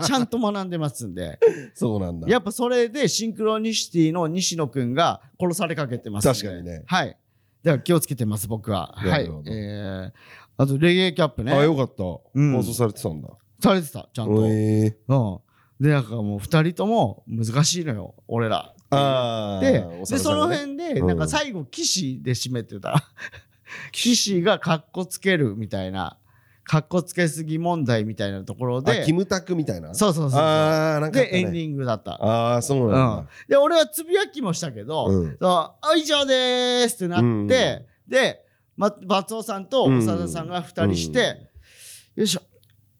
[SPEAKER 2] ちゃんと学んでますんで
[SPEAKER 1] そうなんだ。
[SPEAKER 2] やっぱそれでシンクロニシティの西野くんが殺されかけてますんで
[SPEAKER 1] 確かにね
[SPEAKER 2] はい。だから気をつけてます、僕は。は
[SPEAKER 1] ないるほ。ど
[SPEAKER 2] えー、あと、レゲエキャップ
[SPEAKER 1] あ、
[SPEAKER 2] ね。
[SPEAKER 1] よかった。放
[SPEAKER 2] うん
[SPEAKER 1] 送されてたんだ。
[SPEAKER 2] されてた、ちゃんと。うん。
[SPEAKER 1] へえ
[SPEAKER 2] で、なんかもう、二人とも難しいのよ、俺ら。
[SPEAKER 1] ああ。
[SPEAKER 2] で、
[SPEAKER 1] お
[SPEAKER 2] で、
[SPEAKER 1] 猿
[SPEAKER 2] そ
[SPEAKER 1] さんが
[SPEAKER 2] の
[SPEAKER 1] ね。
[SPEAKER 2] 辺で、
[SPEAKER 1] うん
[SPEAKER 2] なんか最後、騎士で締めてた。騎士がかっこつけるみたいな、かっこつけすぎ問題みたいなところ
[SPEAKER 1] あ、
[SPEAKER 2] で
[SPEAKER 1] キ、ムタクみたいな。
[SPEAKER 2] そうそうそうそう。
[SPEAKER 1] ああ、なんかあった
[SPEAKER 2] で、
[SPEAKER 1] ね。
[SPEAKER 2] エンディングだった。
[SPEAKER 1] ああ、そうなんだ。
[SPEAKER 2] で、俺はつぶやきもしたけど、
[SPEAKER 1] うん
[SPEAKER 2] そうあ以上でーすってなって、
[SPEAKER 1] うん
[SPEAKER 2] で、ま、松尾さんと長田さんが二人して、よいしょ、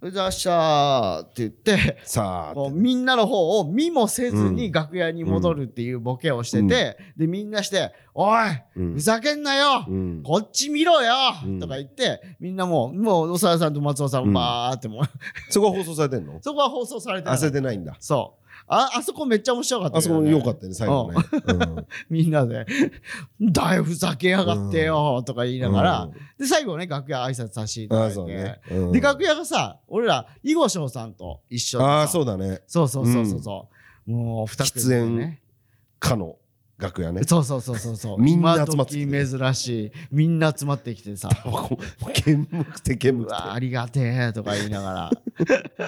[SPEAKER 2] うざっしゃーって言って、
[SPEAKER 1] さあ
[SPEAKER 2] こうみんなの方を見もせずに楽屋に戻るっていうボケをしてて、で、みんなして、おい、
[SPEAKER 1] うん
[SPEAKER 2] ふざけんなよ、
[SPEAKER 1] うん
[SPEAKER 2] こっち見ろよ、
[SPEAKER 1] うん
[SPEAKER 2] とか言って、みんなもう、もう、長田さんと松尾さん
[SPEAKER 1] うん
[SPEAKER 2] バーってもう、 (laughs)
[SPEAKER 1] そこは放送されてんの
[SPEAKER 2] そこは放送されてな
[SPEAKER 1] あ
[SPEAKER 2] い
[SPEAKER 1] されてないんだ。
[SPEAKER 2] そう。あ、あそこめっちゃ面白かった
[SPEAKER 1] あ
[SPEAKER 2] け
[SPEAKER 1] そ
[SPEAKER 2] ど
[SPEAKER 1] こ
[SPEAKER 2] ね、
[SPEAKER 1] 良かったね、最後ね。うん
[SPEAKER 2] みんなで、 (laughs) だいぶふざけやがってよとか言いながら、、で、最後ね、楽屋挨拶させていた
[SPEAKER 1] ああ、
[SPEAKER 2] だいて、
[SPEAKER 1] そうね。
[SPEAKER 2] で、楽屋がさ、俺ら、囲碁将さんと一緒でさ
[SPEAKER 1] ああ、そうだね。
[SPEAKER 2] そうそうそうそうそう、もう二組でね。
[SPEAKER 1] かの楽屋ね。
[SPEAKER 2] そうそうそうそうそう。
[SPEAKER 1] みんな集まってきて
[SPEAKER 2] 今時珍しい。みんな集まってきてさ、
[SPEAKER 1] タバコ煙むくて煙
[SPEAKER 2] う
[SPEAKER 1] むくて。
[SPEAKER 2] わありがてえとか言いながら。 (laughs)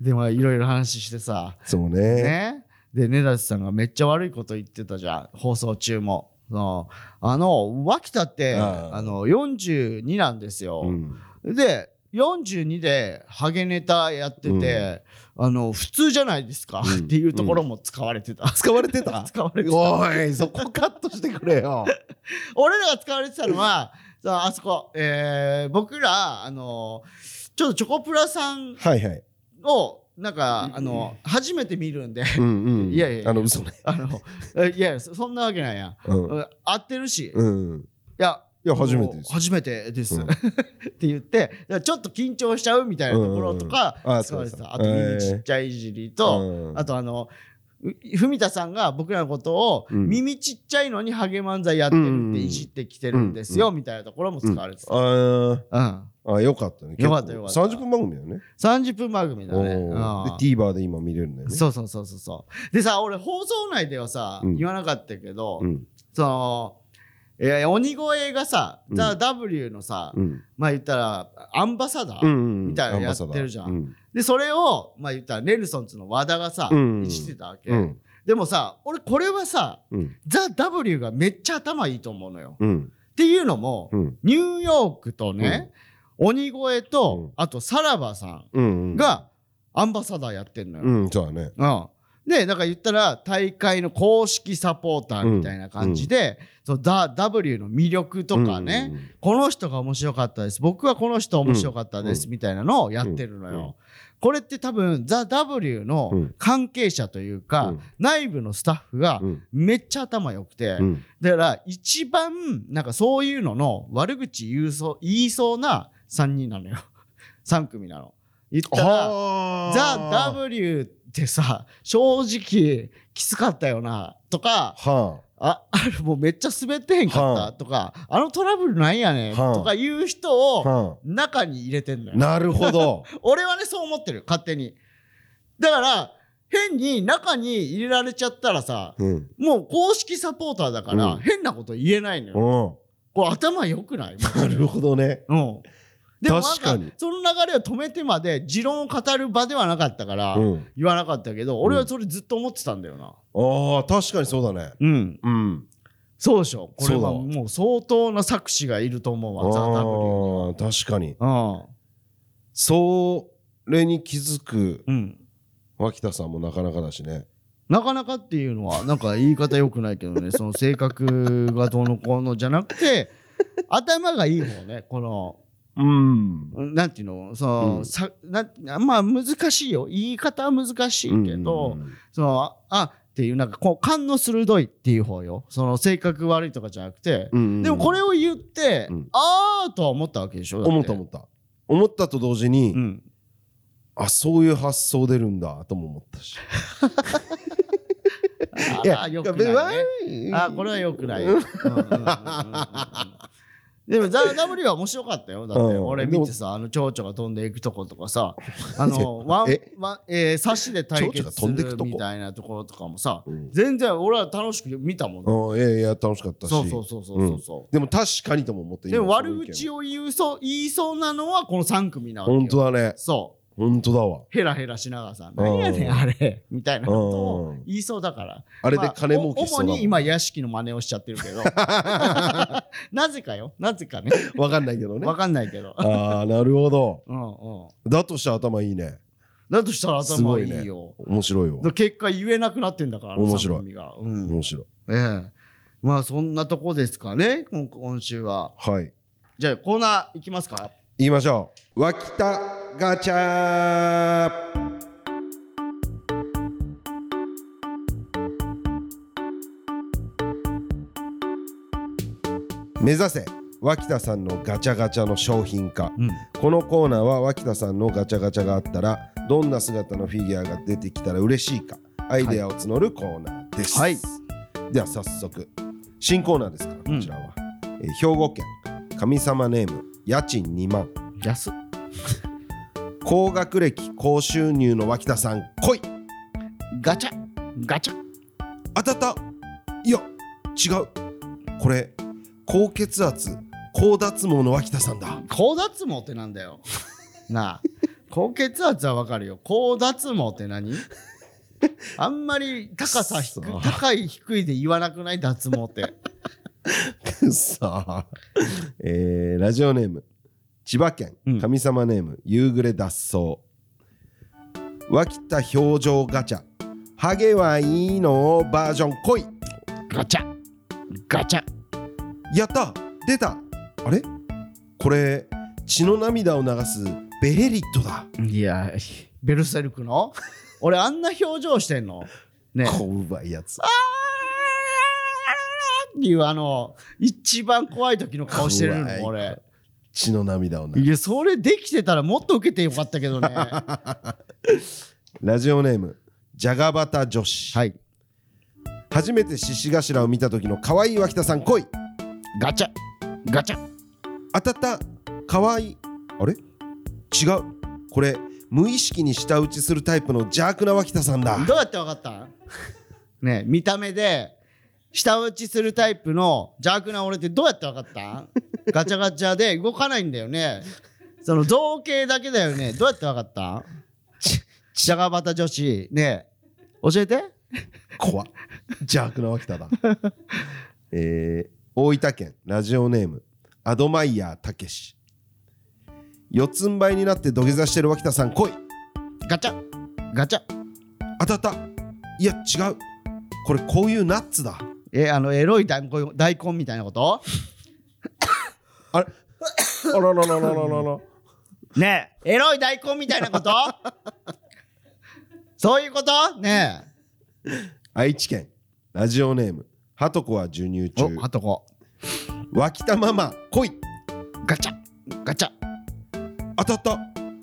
[SPEAKER 2] で、まあ、いろいろ話してさ、
[SPEAKER 1] そうね。
[SPEAKER 2] ね。で、根立さんがめっちゃ悪いこと言ってたじゃん、放送中も。そのあの、脇田って、
[SPEAKER 1] ああ
[SPEAKER 2] あの、42なんですよ。
[SPEAKER 1] うん
[SPEAKER 2] で、42でハゲネタやってて、あの、普通じゃないですか、
[SPEAKER 1] うん
[SPEAKER 2] っていうところも使われてた。
[SPEAKER 1] 使われてた
[SPEAKER 2] (laughs) 使われてた。
[SPEAKER 1] おい、そこカットしてくれよ。
[SPEAKER 2] 俺らが使われてたのは、そうあそこ、えー、僕ら、あの、ちょっとチョコプラさん
[SPEAKER 1] はいはい。
[SPEAKER 2] を、なんか、あの、初めて見るんで、
[SPEAKER 1] うんうん。
[SPEAKER 2] いやいやいや
[SPEAKER 1] あの、嘘ね。
[SPEAKER 2] あの、えいや、そそんなわけないやん。
[SPEAKER 1] うん。
[SPEAKER 2] 合ってるし、い
[SPEAKER 1] うん。
[SPEAKER 2] や、
[SPEAKER 1] いや、初めてです。
[SPEAKER 2] 初めてです。
[SPEAKER 1] うん
[SPEAKER 2] って言って、だからちょっと緊張しちゃうみたいなところとか
[SPEAKER 1] うんうんうんあ
[SPEAKER 2] 使われてた。あ
[SPEAKER 1] そう
[SPEAKER 2] と、
[SPEAKER 1] です
[SPEAKER 2] 耳ちっちゃいいじりと、
[SPEAKER 1] うん
[SPEAKER 2] あと、あの、う文田さんが僕らのことを、
[SPEAKER 1] うん
[SPEAKER 2] 耳ちっちゃいのにハゲ漫才やってるっていじってきてるんですよ、
[SPEAKER 1] う
[SPEAKER 2] みたいなところも使われてた。
[SPEAKER 1] あ
[SPEAKER 2] うん。
[SPEAKER 1] ーあ、よかったね。
[SPEAKER 2] よかったよかった
[SPEAKER 1] 30分番組だよね。
[SPEAKER 2] 30分番組だね。
[SPEAKER 1] お
[SPEAKER 2] うん
[SPEAKER 1] ーで、TVer で今見れるんだよね。
[SPEAKER 2] そうそうそうそうそう。でさ、俺放送内ではさ、
[SPEAKER 1] うん
[SPEAKER 2] 言わなかったけど、
[SPEAKER 1] うん。
[SPEAKER 2] その、えー鬼越がさ、
[SPEAKER 1] うん
[SPEAKER 2] ザ・ W のさ、
[SPEAKER 1] うん。
[SPEAKER 2] まあ言ったら、アンバサダー、
[SPEAKER 1] うん。
[SPEAKER 2] みたいなのや
[SPEAKER 1] アンバ
[SPEAKER 2] っ
[SPEAKER 1] サダー
[SPEAKER 2] てるじゃん
[SPEAKER 1] うん。
[SPEAKER 2] で、それを、まあ言ったら、ネルソンズの和田がさ、
[SPEAKER 1] うん
[SPEAKER 2] いじってたわけ、
[SPEAKER 1] うん。
[SPEAKER 2] でもさ、俺これはさ、
[SPEAKER 1] うん。
[SPEAKER 2] ザ・ W がめっちゃ頭いいと思うのよ。
[SPEAKER 1] うん。
[SPEAKER 2] っていうのも、
[SPEAKER 1] うん。
[SPEAKER 2] ニューヨークとね、鬼越と、
[SPEAKER 1] うん
[SPEAKER 2] あとさらばさん
[SPEAKER 1] うん。、
[SPEAKER 2] がアンバサダーやってんのよ。
[SPEAKER 1] うん、そうだね。
[SPEAKER 2] うん。で、だから言ったら大会の公式サポーターみたいな感じで、そのザ・ W の魅力とかね、
[SPEAKER 1] うんうんうん
[SPEAKER 2] この人が面白かったです僕はこの人面白かったです、みたいなのをやってるのよ、
[SPEAKER 1] うんうん
[SPEAKER 2] これって多分ザ・ W の
[SPEAKER 1] うん
[SPEAKER 2] 関係者というか、
[SPEAKER 1] うん
[SPEAKER 2] 内部のスタッフが
[SPEAKER 1] うん
[SPEAKER 2] めっちゃ頭良くて、
[SPEAKER 1] うん
[SPEAKER 2] だから一番なんかそういうのの悪口言うそう言いそうな3人なのよ3 (laughs) 組なの言ったら「
[SPEAKER 1] あー
[SPEAKER 2] ザ・ W ってさ正直きつかったよな」とか
[SPEAKER 1] は
[SPEAKER 2] あ、 (laughs) あれもうめっちゃ滑ってへんかった、
[SPEAKER 1] はあ
[SPEAKER 2] とか、あのトラブルなんやねん、
[SPEAKER 1] はあ
[SPEAKER 2] とかいう人
[SPEAKER 1] あ
[SPEAKER 2] を
[SPEAKER 1] は
[SPEAKER 2] 中に入れてんの
[SPEAKER 1] あ
[SPEAKER 2] よ。
[SPEAKER 1] なるほ
[SPEAKER 2] (laughs)
[SPEAKER 1] ど
[SPEAKER 2] 俺はね、そう思ってる、勝手に。だから、変に中に入れられちゃったらさ、
[SPEAKER 1] うん
[SPEAKER 2] もう公式サポーターだから、
[SPEAKER 1] うん
[SPEAKER 2] 変なこと言えないの
[SPEAKER 1] う
[SPEAKER 2] よ。
[SPEAKER 1] ん
[SPEAKER 2] これ頭良くない
[SPEAKER 1] (laughs) なるほどね
[SPEAKER 2] うん。でもなん
[SPEAKER 1] 確か
[SPEAKER 2] か
[SPEAKER 1] に、
[SPEAKER 2] その流れを止めてまで持論を語る場ではなかったから、
[SPEAKER 1] うん
[SPEAKER 2] 言わなかったけど、俺はそれずっと思ってたんだよな。
[SPEAKER 1] ああ確かにそうだね
[SPEAKER 2] うん。
[SPEAKER 1] うん
[SPEAKER 2] そうでしょこれ
[SPEAKER 1] そうだ
[SPEAKER 2] は
[SPEAKER 1] わ
[SPEAKER 2] もう相当な作詞がいると思う
[SPEAKER 1] あ
[SPEAKER 2] わザ・ダブリュ
[SPEAKER 1] ー確かに
[SPEAKER 2] ー
[SPEAKER 1] それに気づく
[SPEAKER 2] うん、うん、
[SPEAKER 1] 脇田さんもなかなかだしね
[SPEAKER 2] なかなかっていうのはなんか言い方良くないけどねその性格がどうのこうのじゃな
[SPEAKER 1] (laughs)
[SPEAKER 2] くて頭がいい方ねこの
[SPEAKER 1] うん
[SPEAKER 2] なんていうのその、
[SPEAKER 1] うん
[SPEAKER 2] さなんまあ難しいよ言い方は難しいけど、そのああっていうなんかこう感の鋭いっていう方よその性格悪いとかじゃなくて、
[SPEAKER 1] で
[SPEAKER 2] でもこ
[SPEAKER 1] れ
[SPEAKER 2] れを言って、
[SPEAKER 1] うん
[SPEAKER 2] ああとは思ったわけでしょだて
[SPEAKER 1] 思った思った思ったと同時に、
[SPEAKER 2] うん
[SPEAKER 1] あそういう発想出るんだとも思ったし
[SPEAKER 2] あー良くない
[SPEAKER 1] ね
[SPEAKER 2] ねあーこれは良くないよ。うんうんうんうんうんでも、ザ・ W は面白かったよ。だって、
[SPEAKER 1] うん
[SPEAKER 2] 俺見てさ、あの、蝶々が飛んでいくとことかさ、あの、ワ
[SPEAKER 1] (laughs)
[SPEAKER 2] ン
[SPEAKER 1] え、
[SPEAKER 2] ワン、えー、サシで対
[SPEAKER 1] 蝶々
[SPEAKER 2] 決
[SPEAKER 1] が
[SPEAKER 2] す
[SPEAKER 1] 飛んでく
[SPEAKER 2] る
[SPEAKER 1] とこ
[SPEAKER 2] みたいなところとかもさ、
[SPEAKER 1] うん
[SPEAKER 2] 全然俺は楽しく見たもんね。
[SPEAKER 1] うんいやいや楽しかったし
[SPEAKER 2] そうそうそうそうそう。
[SPEAKER 1] でも確かにとも思って
[SPEAKER 2] でも、悪
[SPEAKER 1] を
[SPEAKER 2] 口を言うそう、言いそうなのはこの3組なわけよ。
[SPEAKER 1] 本当だね
[SPEAKER 2] そう。
[SPEAKER 1] 本当だわ
[SPEAKER 2] ヘラヘラしながらさ、何やねん、あれ、みたいなことを言いそうだから。
[SPEAKER 1] あれで
[SPEAKER 2] まあ
[SPEAKER 1] 金儲けしそうだ
[SPEAKER 2] お主
[SPEAKER 1] も
[SPEAKER 2] に
[SPEAKER 1] ん
[SPEAKER 2] 今屋敷の真似をしちゃってる
[SPEAKER 1] (laughs)
[SPEAKER 2] けどなぜかよなぜかね
[SPEAKER 1] わかんないけどね
[SPEAKER 2] わかんないけど
[SPEAKER 1] ああなるほど
[SPEAKER 2] うんうん
[SPEAKER 1] だとしたら頭いいね
[SPEAKER 2] だとしたら
[SPEAKER 1] す
[SPEAKER 2] 頭
[SPEAKER 1] ご
[SPEAKER 2] い
[SPEAKER 1] いね
[SPEAKER 2] いよ
[SPEAKER 1] 面白いわ
[SPEAKER 2] で結果言えなくなってんだから
[SPEAKER 1] 面白い
[SPEAKER 2] 三組が、うん
[SPEAKER 1] 面白い
[SPEAKER 2] ええまあそんなとこですかね今今週は
[SPEAKER 1] はい
[SPEAKER 2] じゃあコーナーいきますか
[SPEAKER 1] 言いましょう脇田ガチャ目指せ脇田さんのガチャガチャの商品化
[SPEAKER 2] うん
[SPEAKER 1] このコーナーは脇田さんのガチャガチャがあったらどんな姿のフィギュアが出てきたら嬉しいかアイデアを募るコーナーです、
[SPEAKER 2] はい
[SPEAKER 1] では早速新コーナーですからこちらは、えー兵庫県神様ネーム家賃2万
[SPEAKER 2] 安
[SPEAKER 1] 高学歴高収入の脇田さん来い
[SPEAKER 2] ガチャガチャ
[SPEAKER 1] 当たったいや違うこれ高血圧高脱毛の脇田さんだ (laughs)
[SPEAKER 2] 高脱毛ってなんだ (laughs) よなあ高血圧はわかるよ高脱毛って (laughs) 何あんまり高さ低
[SPEAKER 1] くそ
[SPEAKER 2] 高い低いで言わなくない脱毛って
[SPEAKER 1] さあ、えーラジオネーム千葉県
[SPEAKER 2] うん
[SPEAKER 1] 神様ネーム、夕暮れ脱走脇田表情ガチャハゲはいいのバージョン来い
[SPEAKER 2] (laughs) ガチャガチャ
[SPEAKER 1] やった出たあれこれ血の涙を流すベレリットだ
[SPEAKER 2] いやベルセルクの俺あんな表情してんのね
[SPEAKER 1] こうばいやつ
[SPEAKER 2] っていうあの一番怖い時の顔してる
[SPEAKER 1] 怖い
[SPEAKER 2] の俺
[SPEAKER 1] 血の涙を流
[SPEAKER 2] い
[SPEAKER 1] す
[SPEAKER 2] やそれできてたらもっと受けてよかったけどねは
[SPEAKER 1] ラジオネームジャガバタ女子、
[SPEAKER 2] い
[SPEAKER 1] 初めて獅子頭を見た時の可愛い脇田さん来い
[SPEAKER 2] ガチャガチャ
[SPEAKER 1] 当たったかわいいあれ違うこれ無意識に舌打ちするタイプの邪悪な脇田さんだ
[SPEAKER 2] どうやってわかったんねえ見た目で舌打ちするタイプの邪悪な俺ってどうやってわかったんガチャガチャで動かないんだよねその造形だけだよねどうやってわかったんじゃがバタ女子ねえ教えて
[SPEAKER 1] 怖っ邪悪な脇 (laughs) 田だえー、大分県ラジオネームアドマイヤーたけし四つん這いになって土下座してる脇田さん来い
[SPEAKER 2] ガチャガチャ
[SPEAKER 1] 当たったいや違うこれこういうナッツだ
[SPEAKER 2] え、あの、エロい大根大根みたいなこと
[SPEAKER 1] (coughs) あららららららら
[SPEAKER 2] ねえ、エロい大根みたいなこと (laughs) そういうことね
[SPEAKER 1] 愛知県ラジオネームはとこは授乳
[SPEAKER 2] え。
[SPEAKER 1] 中
[SPEAKER 2] お、あとこ。
[SPEAKER 1] 脇田ママ来い
[SPEAKER 2] ガチャガチャ
[SPEAKER 1] 当たった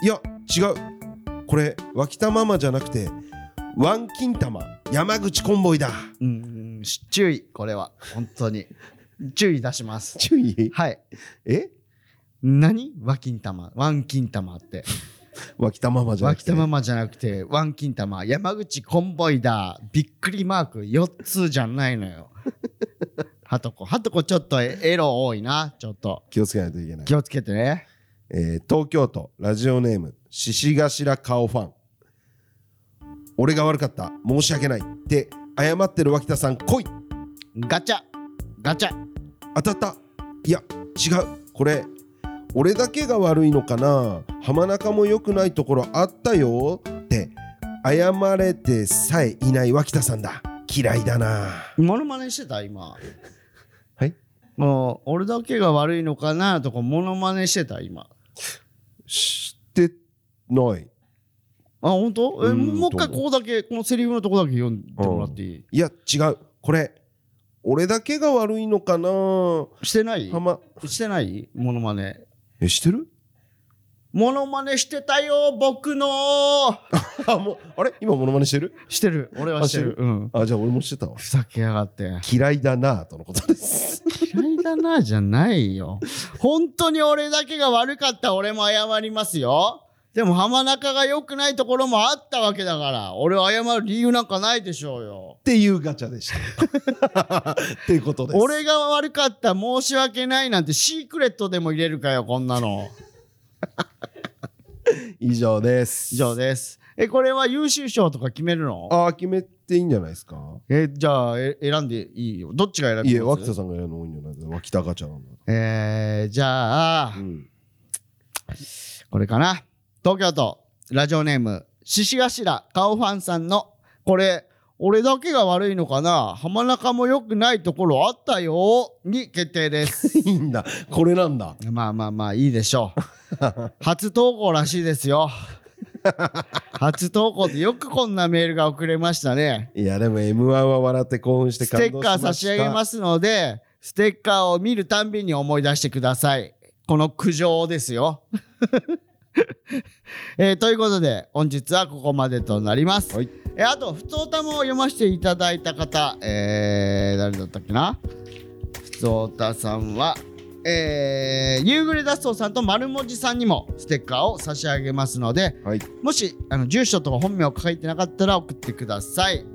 [SPEAKER 1] いや違うこれ脇田ママじゃなくてワン金玉山口コンボイだ
[SPEAKER 2] うんうん、し注意、これは。本当に。注意出します。
[SPEAKER 1] 注意
[SPEAKER 2] はい。
[SPEAKER 1] え
[SPEAKER 2] 何和金玉。ワン金玉って。
[SPEAKER 1] 脇田ママじゃな
[SPEAKER 2] 脇
[SPEAKER 1] くて
[SPEAKER 2] 田ママじゃなくて、ワン金玉。山口コンボイダー。びっくりマーク4つじゃないの (laughs) よ。はとこ。はとこちょっとエロ多いな。ちょっと。
[SPEAKER 1] 気をつけないといけない、
[SPEAKER 2] 気をつけてね。
[SPEAKER 1] えー東京都ラジオネーム獅子頭顔ファン俺が悪かった申し訳ないって謝ってる脇田さん来い
[SPEAKER 2] ガチャガチャ
[SPEAKER 1] 当たったいや違うこれ俺だけが悪いのかな浜中も良くないところあったよって謝れてさえいない脇田さんだ嫌いだな
[SPEAKER 2] モノマネしてた今。
[SPEAKER 1] (laughs) はい
[SPEAKER 2] もう、俺だけが悪いのかなとか、モノマネしてた今。
[SPEAKER 1] 知ってない
[SPEAKER 2] あ、本当？え、
[SPEAKER 1] うん
[SPEAKER 2] もう一回
[SPEAKER 1] どう
[SPEAKER 2] ここだけ、このセリフのとこだけ読んでもらっていい
[SPEAKER 1] いや違うこれ俺だけが悪いのかな
[SPEAKER 2] してない
[SPEAKER 1] 浜
[SPEAKER 2] してないモノマネ。
[SPEAKER 1] えしてる (laughs)
[SPEAKER 2] モノマネしてたよ、僕の
[SPEAKER 1] あもうあれ今モノマネしてる
[SPEAKER 2] してる。俺は
[SPEAKER 1] あ
[SPEAKER 2] してる。
[SPEAKER 1] して
[SPEAKER 2] うん。
[SPEAKER 1] あじゃあ俺もしてたわ
[SPEAKER 2] ふざけやがって。
[SPEAKER 1] 嫌いだなとのことです
[SPEAKER 2] 嫌いだな、じゃないよ。本当に俺だけが悪かった俺も謝りますよ。でも浜中が良くないところもあったわけだから、俺を謝る理由なんかないでしょうよ
[SPEAKER 1] っ。ていうガチャでした (laughs) っていうことです
[SPEAKER 2] 俺が悪かった、申し訳ないなんてシークレットでも入れるかよ、こんなの。
[SPEAKER 1] 以上です
[SPEAKER 2] 以上です。え、これは優秀賞とか決めるの
[SPEAKER 1] ああ、決めていいんじゃないですか。
[SPEAKER 2] え、じゃあ、え選んでいいよ。どっちが選びます
[SPEAKER 1] いえ、脇田さんがやるの多いんじゃないですか。脇田ガチャなんだ。
[SPEAKER 2] えー、じゃあ、
[SPEAKER 1] うん。
[SPEAKER 2] これかな。東京都、ラジオネーム、獅子頭、顔ファンさんの、これ、俺だけが悪いのかな浜中も良くないところあったよに決
[SPEAKER 1] (laughs)
[SPEAKER 2] 定です。
[SPEAKER 1] いいんだ。これなんだ。
[SPEAKER 2] まあまあまあ、いいでしょう。初投稿らしいですよ。初投稿でよくこんなメールが送れましたね。
[SPEAKER 1] いや、でも M1 は笑って興奮して
[SPEAKER 2] ス
[SPEAKER 1] 感動
[SPEAKER 2] テ
[SPEAKER 1] し
[SPEAKER 2] ッ
[SPEAKER 1] ま
[SPEAKER 2] カ
[SPEAKER 1] した
[SPEAKER 2] ー差し上げますので、ステッカーを見るたんびに思い出してください。この苦情ですよ。 (laughs) えーということで、本日はここまでとなります。
[SPEAKER 1] はい。
[SPEAKER 2] えーあと、ふつおたも読ませていただいた方、えー誰だったっけなふつおたさんは、えー夕暮れ脱走さんと丸文字さんにもステッカーを差し上げますので、
[SPEAKER 1] はい。
[SPEAKER 2] もしあの住所とか本名を書いてなかったら送ってください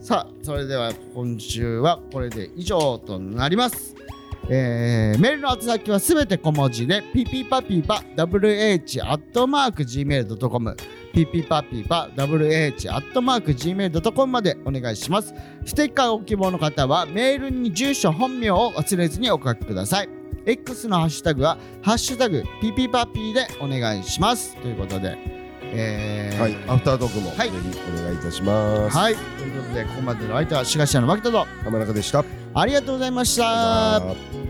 [SPEAKER 2] さあそれでは今週はこれで以上となりますえーメールの宛先はすべて小文字でピピパピパ wh.gmail.com ピピパピパ wh.gmail.com までお願いしますステッカーをご希望の方はメールに住所本名を忘れずにお書きください X のハッシュタグは「ハッシュタグピピパピ」でお願いしますということでえー
[SPEAKER 1] はい。アフタートークも、
[SPEAKER 2] はい
[SPEAKER 1] ぜひお願いいたします。
[SPEAKER 2] はい、ということでここまでの相手は志賀社の牧田と
[SPEAKER 1] 浜中でした。
[SPEAKER 2] ありがとうございました。
[SPEAKER 1] さよなら